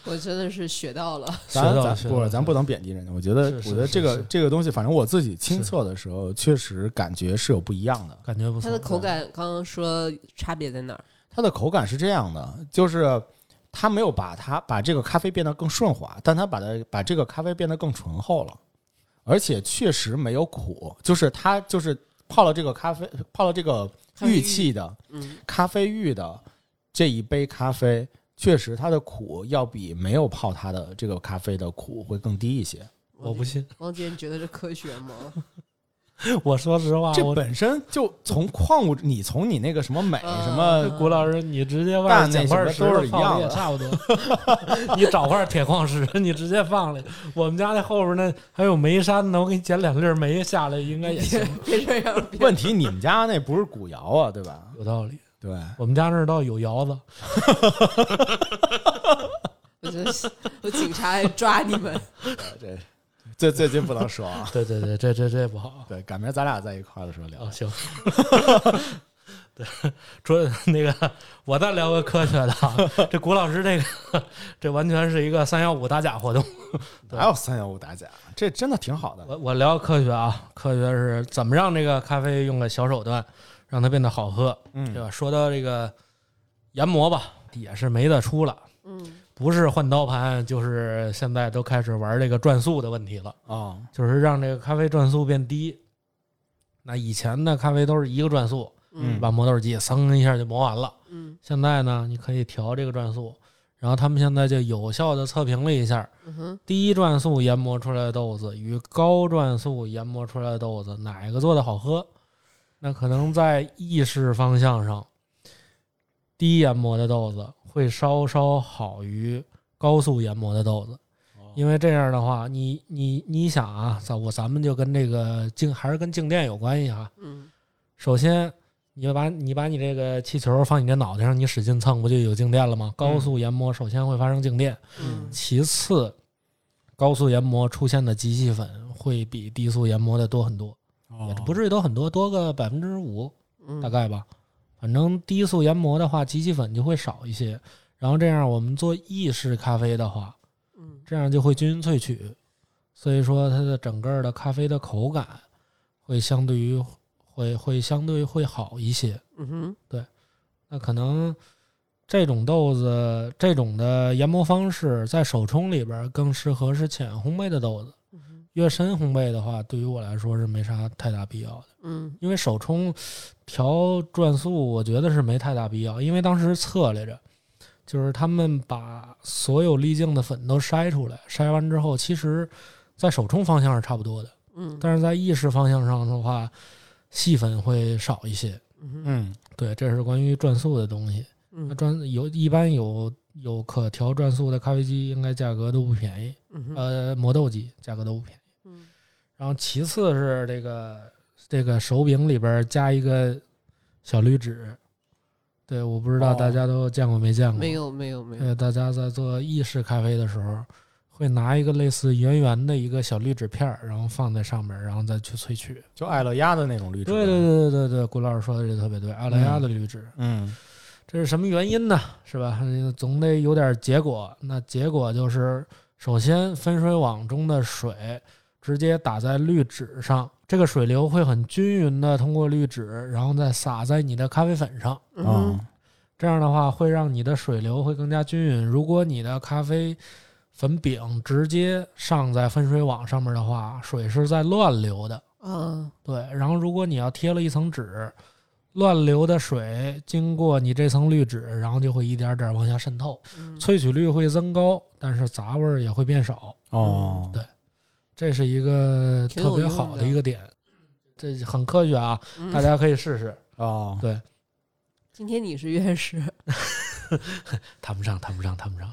Speaker 3: 我真的是学到了。
Speaker 2: 学
Speaker 1: 咱
Speaker 2: 到
Speaker 1: 咱
Speaker 2: 了，学到
Speaker 1: 不
Speaker 2: 了
Speaker 1: 是，咱不能贬低人家。我觉得，
Speaker 2: 是是
Speaker 1: 我觉得
Speaker 2: 是
Speaker 1: 这个
Speaker 2: 是
Speaker 1: 这个东西，反正我自己亲测的时候，确实感觉是有不一样的。
Speaker 2: 感觉不错。
Speaker 3: 它的口感，刚刚说差别在哪儿？
Speaker 1: 它的口感是这样的，就是它没有把它把这个咖啡变得更顺滑，但它把它把这个咖啡变得更醇厚了，而且确实没有苦，就是它就是泡了这个咖啡，泡了这个
Speaker 3: 咖啡
Speaker 1: 玉
Speaker 3: 玉
Speaker 1: 器的
Speaker 3: 嗯，
Speaker 1: 咖啡玉的这一杯咖啡，确实它的苦要比没有泡它的这个咖啡的苦会更低一些。
Speaker 2: 我不信。
Speaker 3: 王姐，你觉得这科学吗？
Speaker 2: 我说实话，
Speaker 1: 这
Speaker 2: 我
Speaker 1: 啊本身就从矿物，你从你那个什么美
Speaker 3: 嗯
Speaker 1: 什 么。
Speaker 2: 古老师，你直接
Speaker 1: 大
Speaker 2: 往
Speaker 1: 那
Speaker 2: 捡
Speaker 1: 什么
Speaker 2: 块石
Speaker 1: 都
Speaker 2: 头
Speaker 1: 是一
Speaker 2: 放
Speaker 1: 样
Speaker 2: 里也
Speaker 1: 的
Speaker 2: 差不多。 你找块铁矿石，你直接放里。我们家那后边那还有煤山呢，我给你捡两粒煤下来，应该也行
Speaker 3: 别。别这样，别
Speaker 1: 问题你们家那不是古窑啊，对吧？
Speaker 2: 有道理，
Speaker 1: 对，
Speaker 2: 我们家那儿倒有窑子，
Speaker 3: 我真是，我警察来抓你们。
Speaker 1: 这这最近不能说啊。
Speaker 2: 对对对，这这这不好
Speaker 1: 对，赶明儿咱俩在一块儿的时候聊
Speaker 2: 啊，。行。 对，说那个，我再聊个科学的啊，这古老师这个，这完全是一个三幺五打假活动。对
Speaker 1: 哪有三幺五打假？这真的挺好的。
Speaker 2: 我我聊科学啊，科学是怎么让这个咖啡用个小手段让它变得好喝，对
Speaker 1: 嗯，
Speaker 2: 吧？说到这个研磨吧，也是没得出了，
Speaker 3: 嗯，
Speaker 2: 不是换刀盘，就是现在都开始玩这个转速的问题了，
Speaker 1: 哦，
Speaker 2: 就是让这个咖啡转速变低。那以前的咖啡都是一个转速，
Speaker 1: 嗯
Speaker 2: 把磨豆机噌一下就磨完了。
Speaker 3: 嗯
Speaker 2: 现在呢，你可以调这个转速，然后他们现在就有效的测评了一下，
Speaker 3: 嗯哼，
Speaker 2: 低转速研磨出来的豆子与高转速研磨出来的豆子，哪一个做的好喝？那可能在意式方向上，低研磨的豆子会稍稍好于高速研磨的豆子，
Speaker 1: 哦
Speaker 2: 因为这样的话，你你你想啊，咱我咱们就跟这个静还是跟静电有关系啊。
Speaker 3: 嗯
Speaker 2: 首先，你把你把你这个气球放你这脑袋上，你使劲蹭，不就有静电了吗？高速研磨首先会发生静电，
Speaker 3: 嗯
Speaker 2: 其次，高速研磨出现的极细粉会比低速研磨的多很多，
Speaker 1: 哦
Speaker 2: 也不至于多很多，多个百分之五
Speaker 3: 嗯，
Speaker 2: 大概吧。反正低速研磨的话，极细粉就会少一些。然后这样，我们做意式咖啡的话，
Speaker 3: 嗯
Speaker 2: 这样就会均匀萃取，所以说它的整个的咖啡的口感会相对于会会相对会好一些。
Speaker 3: 嗯哼，
Speaker 2: 那可能这种豆子这种的研磨方式，在手冲里边儿更适合是浅烘焙的豆子。
Speaker 3: 嗯哼
Speaker 2: 越深烘焙的话，对于我来说是没啥太大必要的，
Speaker 3: 嗯
Speaker 2: 因为手冲调转速，我觉得是没太大必要，因为当时测来着，就是他们把所有粒径的粉都筛出来，筛完之后，其实在手冲方向是差不多的，
Speaker 3: 嗯，
Speaker 2: 但是在意式方向上的话，细粉会少一些。
Speaker 3: 嗯
Speaker 1: 嗯，
Speaker 2: 对，这是关于转速的东西。那
Speaker 3: 嗯
Speaker 2: 转有一般有有可调转速的咖啡机，应该价格都不便宜。
Speaker 3: 嗯哼
Speaker 2: 呃，磨豆机价格都不便宜。
Speaker 3: 嗯
Speaker 2: 然后其次是这个这个手柄里边加一个小滤纸，对，我不知道
Speaker 1: 哦
Speaker 2: 大家都见过没见过？
Speaker 3: 没。有没有没有，
Speaker 2: 呃，大家在做意式咖啡的时候，会拿一个类似圆圆的一个小滤纸片儿，然后放在上面，然后再去萃取。
Speaker 1: 就爱乐压的那种绿植。
Speaker 2: 对对对对对对，古老师说的这特别对，阿拉亚的滤纸。
Speaker 1: 嗯，
Speaker 2: 这是什么原因呢？是吧？总得有点结果。那结果就是，首先分水网中的水直接打在滤纸上，这个水流会很均匀的通过滤纸，然后再洒在你的咖啡粉上。
Speaker 3: 嗯
Speaker 1: 哦
Speaker 3: 哼，
Speaker 2: 这样的话，会让你的水流会更加均匀。如果你的咖啡粉饼直接上在分水网上面的话，水是在乱流的。
Speaker 3: 啊，
Speaker 2: 对，然后如果你要贴了一层纸，乱流的水经过你这层滤纸，然后就会一点点往下渗透，
Speaker 3: 嗯
Speaker 2: 萃取率会增高，但是杂味儿也会变少。
Speaker 1: 哦，
Speaker 2: 对这是一个
Speaker 3: 挺
Speaker 2: 特
Speaker 3: 有
Speaker 2: 别
Speaker 3: 用
Speaker 2: 好的
Speaker 3: 的
Speaker 2: 一个点，这很科学啊，
Speaker 3: 嗯
Speaker 2: 大家可以试 试。
Speaker 1: 哦，
Speaker 2: 对，
Speaker 3: 今天你是院士，
Speaker 2: 谈不上，谈不上，谈不上。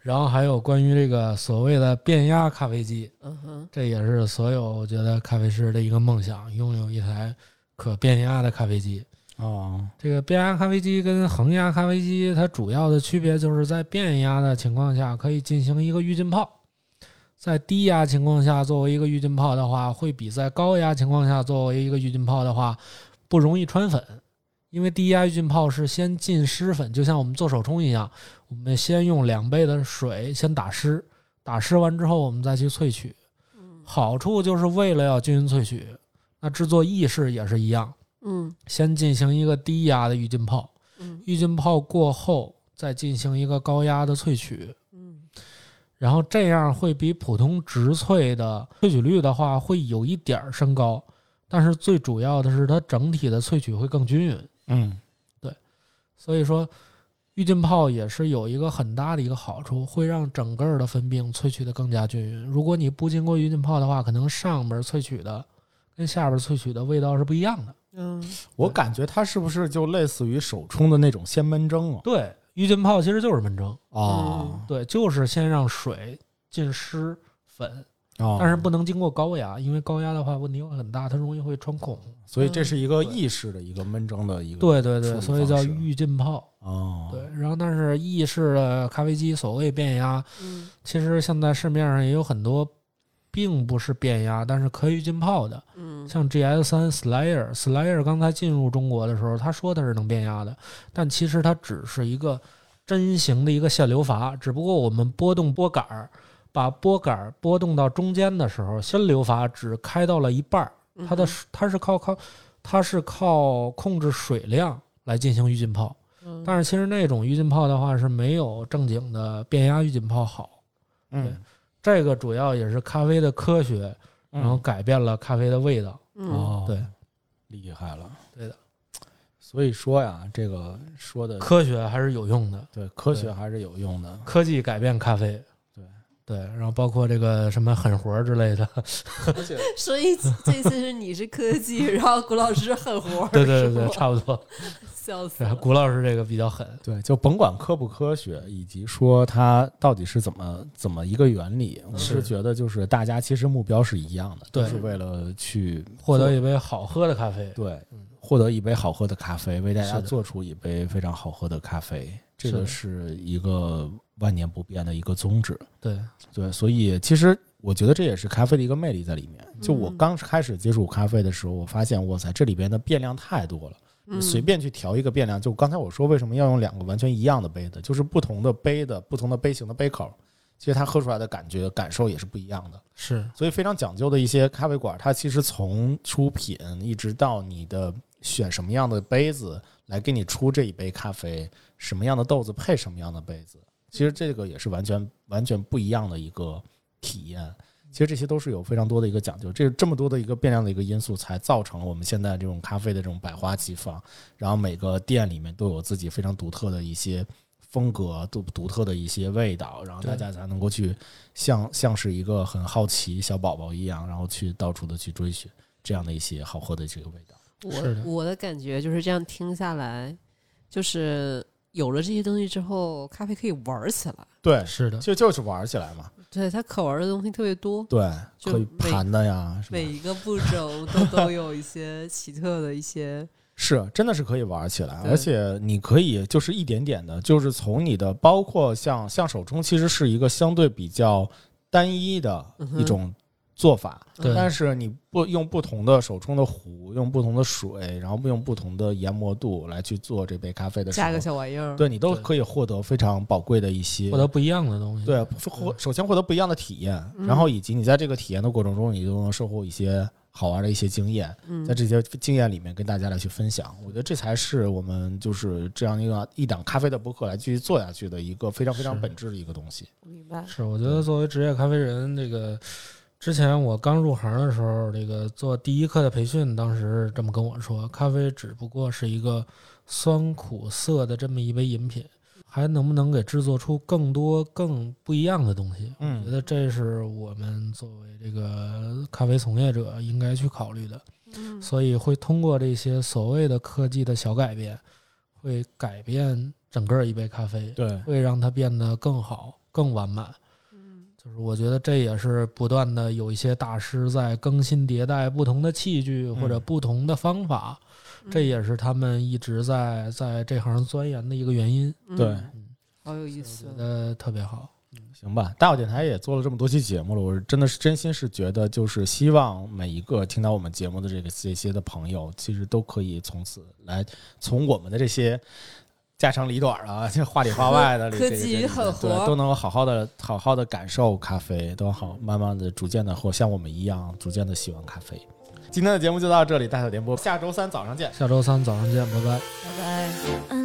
Speaker 2: 然后还有关于这个所谓的变压咖啡机，
Speaker 3: 嗯哼，
Speaker 2: 这也是所有我觉得咖啡师的一个梦想，拥有一台可变压的咖啡机。
Speaker 1: 哦，
Speaker 2: 这个变压咖啡机跟恒压咖啡机，它主要的区别就是在变压的情况下可以进行一个预浸泡，在低压情况下作为一个预浸泡的话，会比在高压情况下作为一个预浸泡的话不容易穿粉，因为低压预浸泡是先浸湿粉，就像我们做手冲一样，我们先用两倍的水先打湿，打湿完之后我们再去萃取，
Speaker 3: 嗯
Speaker 2: 好处就是为了要均匀萃取，那制作意式也是一样。
Speaker 3: 嗯
Speaker 2: 先进行一个低压的预浸泡，
Speaker 3: 嗯
Speaker 2: 预浸泡过后再进行一个高压的萃取，
Speaker 3: 嗯
Speaker 2: 然后这样会比普通植萃的萃取率的话会有一点儿升高，但是最主要的是它整体的萃取会更均匀。
Speaker 1: 嗯
Speaker 2: 所以说，预浸泡也是有一个很大的一个好处，会让整个儿的分病萃取的更加均匀。如果你不经过预浸泡的话，可能上边儿萃取的跟下边儿萃取的味道是不一样的。
Speaker 3: 嗯，
Speaker 1: 我感觉它是不是就类似于手冲的那种先焖蒸啊？
Speaker 2: 对，预浸泡其实就是焖蒸，
Speaker 1: 哦
Speaker 2: 对，就是先让水浸湿粉，
Speaker 1: 哦，
Speaker 2: 嗯但是不能经过高压，因为高压的话问题会很大，它容易会穿孔。
Speaker 1: 所以这是一个
Speaker 2: 嗯对
Speaker 1: 意式的一个焖蒸的一个
Speaker 2: 对对
Speaker 1: 处
Speaker 2: 对，
Speaker 1: 理
Speaker 2: 所以
Speaker 1: 方
Speaker 2: 叫
Speaker 1: 式
Speaker 2: 预浸泡。
Speaker 1: 哦，
Speaker 2: 对，然后但是意式的咖啡机所谓变压，
Speaker 3: 嗯
Speaker 2: 其实现在市面上也有很多，并不是变压，但是可以浸泡的，
Speaker 3: 嗯
Speaker 2: 像 GS 三 Slayer。Slayer 刚才进入中国的时候，他说它是能变压的，但其实它只是一个针形的一个限流阀，只不过我们拨动拨杆儿，把拨杆儿拨动到中间的时候，限流阀只开到了一半儿，
Speaker 3: 嗯
Speaker 2: 它的水它是靠靠它是靠控制水量来进行预浸泡。
Speaker 3: 嗯
Speaker 2: 但是其实那种预浸泡的话是没有正经的变压预浸泡好，
Speaker 1: 嗯，
Speaker 2: 这个主要也是咖啡的科学，然后改变了咖啡的味道。
Speaker 3: 嗯
Speaker 1: 哦，
Speaker 2: 对，
Speaker 1: 厉害了，
Speaker 2: 对的，
Speaker 1: 所以说呀，这个说的
Speaker 2: 科学还是有用的，
Speaker 1: 对科学
Speaker 2: 对
Speaker 1: 还是有用的，
Speaker 2: 科技改变咖啡。
Speaker 1: 对
Speaker 2: 对，然后包括这个什么狠活儿之类的，
Speaker 1: 而且
Speaker 3: 所以这次是你是科技，然后古老师狠活儿，
Speaker 2: 对对对
Speaker 3: 是吗
Speaker 2: 对，差不多。
Speaker 3: 笑死
Speaker 2: 然后
Speaker 3: 了。
Speaker 2: 古老师这个比较狠，
Speaker 1: 对，就甭管科不科学，以及说它到底是怎么怎么一个原理，我是
Speaker 2: 是
Speaker 1: 觉得就是大家其实目标是一样的，都
Speaker 2: 对
Speaker 1: 是为了去
Speaker 2: 获得一杯好喝的咖啡。
Speaker 1: 对
Speaker 2: 嗯
Speaker 1: 获得一杯好喝的咖啡，为大
Speaker 2: 是
Speaker 1: 家
Speaker 2: 的
Speaker 1: 做出一杯非常好喝的咖啡，这
Speaker 2: 是
Speaker 1: 个
Speaker 2: 的
Speaker 1: 是一个万年不变的一个宗旨。
Speaker 2: 对，
Speaker 1: 对，所以其实我觉得这也是咖啡的一个魅力在里面。就我
Speaker 3: 嗯
Speaker 1: 刚开始接触咖啡的时候，我发现哇塞，这里边的变量太多了。你
Speaker 3: 嗯
Speaker 1: 随便去调一个变量，就刚才我说为什么要用两个完全一样的杯子，就是不同的杯的不同的杯型的杯口，其实它喝出来的感觉感受也是不一样的。
Speaker 2: 是
Speaker 1: 所以非常讲究的一些咖啡馆，它其实从出品一直到你的选什么样的杯子来给你出这一杯咖啡，什么样的豆子配什么样的杯子，其实这个也是完全完全不一样的一个体验。其实这些都是有非常多的一个讲究，这这么多的一个变量的一个因素，才造成了我们现在这种咖啡的这种百花齐放。然后每个店里面都有自己非常独特的一些风格，独独特的一些味道，然后大
Speaker 2: 对
Speaker 1: 家才能够去像像是一个很好奇小宝宝一样，然后去到处的去追寻这样的一些好喝的这个味道。
Speaker 2: 是
Speaker 3: 嗯我
Speaker 2: 的
Speaker 3: 我的感觉就是这样，听下来，就是有了这些东西之后，咖啡可以玩儿起来。
Speaker 1: 对，
Speaker 2: 是的，
Speaker 1: 就就是玩起来嘛，
Speaker 3: 对，它可玩儿的东西特别多，
Speaker 1: 对，
Speaker 3: 就
Speaker 1: 可以
Speaker 3: 每
Speaker 1: 盘的呀，什
Speaker 3: 每
Speaker 1: 么
Speaker 3: 一个步骤都都有一些奇特的 一些，
Speaker 1: 是真的是可以玩起来，
Speaker 3: 对
Speaker 1: 而且你可以就是一点点的，就是从你的包括像像手冲，其实是一个相对比较单一的
Speaker 3: 嗯哼
Speaker 1: 一种做法，
Speaker 2: 对
Speaker 1: 但是你不用不同的手冲的壶，用不同的水，然后不用不同的研磨度来去做这杯咖啡的时候，
Speaker 3: 加个小玩意儿。
Speaker 1: 对你都
Speaker 2: 对
Speaker 1: 可以获得非常宝贵的一些
Speaker 2: 获得不一样的东西。
Speaker 1: 对获首先获得不一样的体验，
Speaker 3: 嗯
Speaker 1: 然后以及你在这个体验的过程中，你都能收获一些好玩的一些经验，
Speaker 3: 嗯
Speaker 1: 在这些经验里面跟大家来去分享。我觉得这才是我们就是这样一个一档咖啡的播客来继续做下去的一个非常非常
Speaker 2: 是
Speaker 1: 本质的一个东西。
Speaker 3: 明白。
Speaker 2: 是，我觉得作为职业咖啡人，这个之前我刚入行的时候，这个做第一课的培训，当时这么跟我说，咖啡只不过是一个酸苦涩的这么一杯饮品，还能不能给制作出更多更不一样的东西？我觉
Speaker 1: 嗯
Speaker 2: 得这是我们作为这个咖啡从业者应该去考虑的，
Speaker 3: 嗯
Speaker 2: 所以会通过这些所谓的科技的小改变，会改变整个一杯咖啡，
Speaker 1: 对，
Speaker 2: 会让它变得更好、更完满。
Speaker 3: 嗯
Speaker 2: 就是我觉得这也是不断的有一些大师在更新迭代不同的器具或者
Speaker 1: 嗯
Speaker 2: 不同的方法，这也是他们一直在在这行钻研的一个原因。
Speaker 3: 嗯
Speaker 1: 对
Speaker 2: 嗯，
Speaker 3: 好有意
Speaker 2: 觉
Speaker 3: 思。哦
Speaker 2: 得特别好。
Speaker 1: 行吧，大小电台也做了这么多期节目了，我是真的是真心是觉得，就是希望每一个听到我们节目的这个这些的朋友，其实都可以从此来从我们的这些家长里短啊，这话里话外的
Speaker 3: 科
Speaker 1: 这个这个
Speaker 3: 技与
Speaker 1: 这
Speaker 3: 狠
Speaker 1: 个
Speaker 3: 活
Speaker 1: 对，都能好好的好好的感受咖啡，都好慢慢的逐渐的或像我们一样逐渐的喜欢咖啡。今天的节目就到这里，大小电波，下周三早上见。
Speaker 2: 下周三早上见，拜拜。
Speaker 3: 拜拜。
Speaker 4: 嗯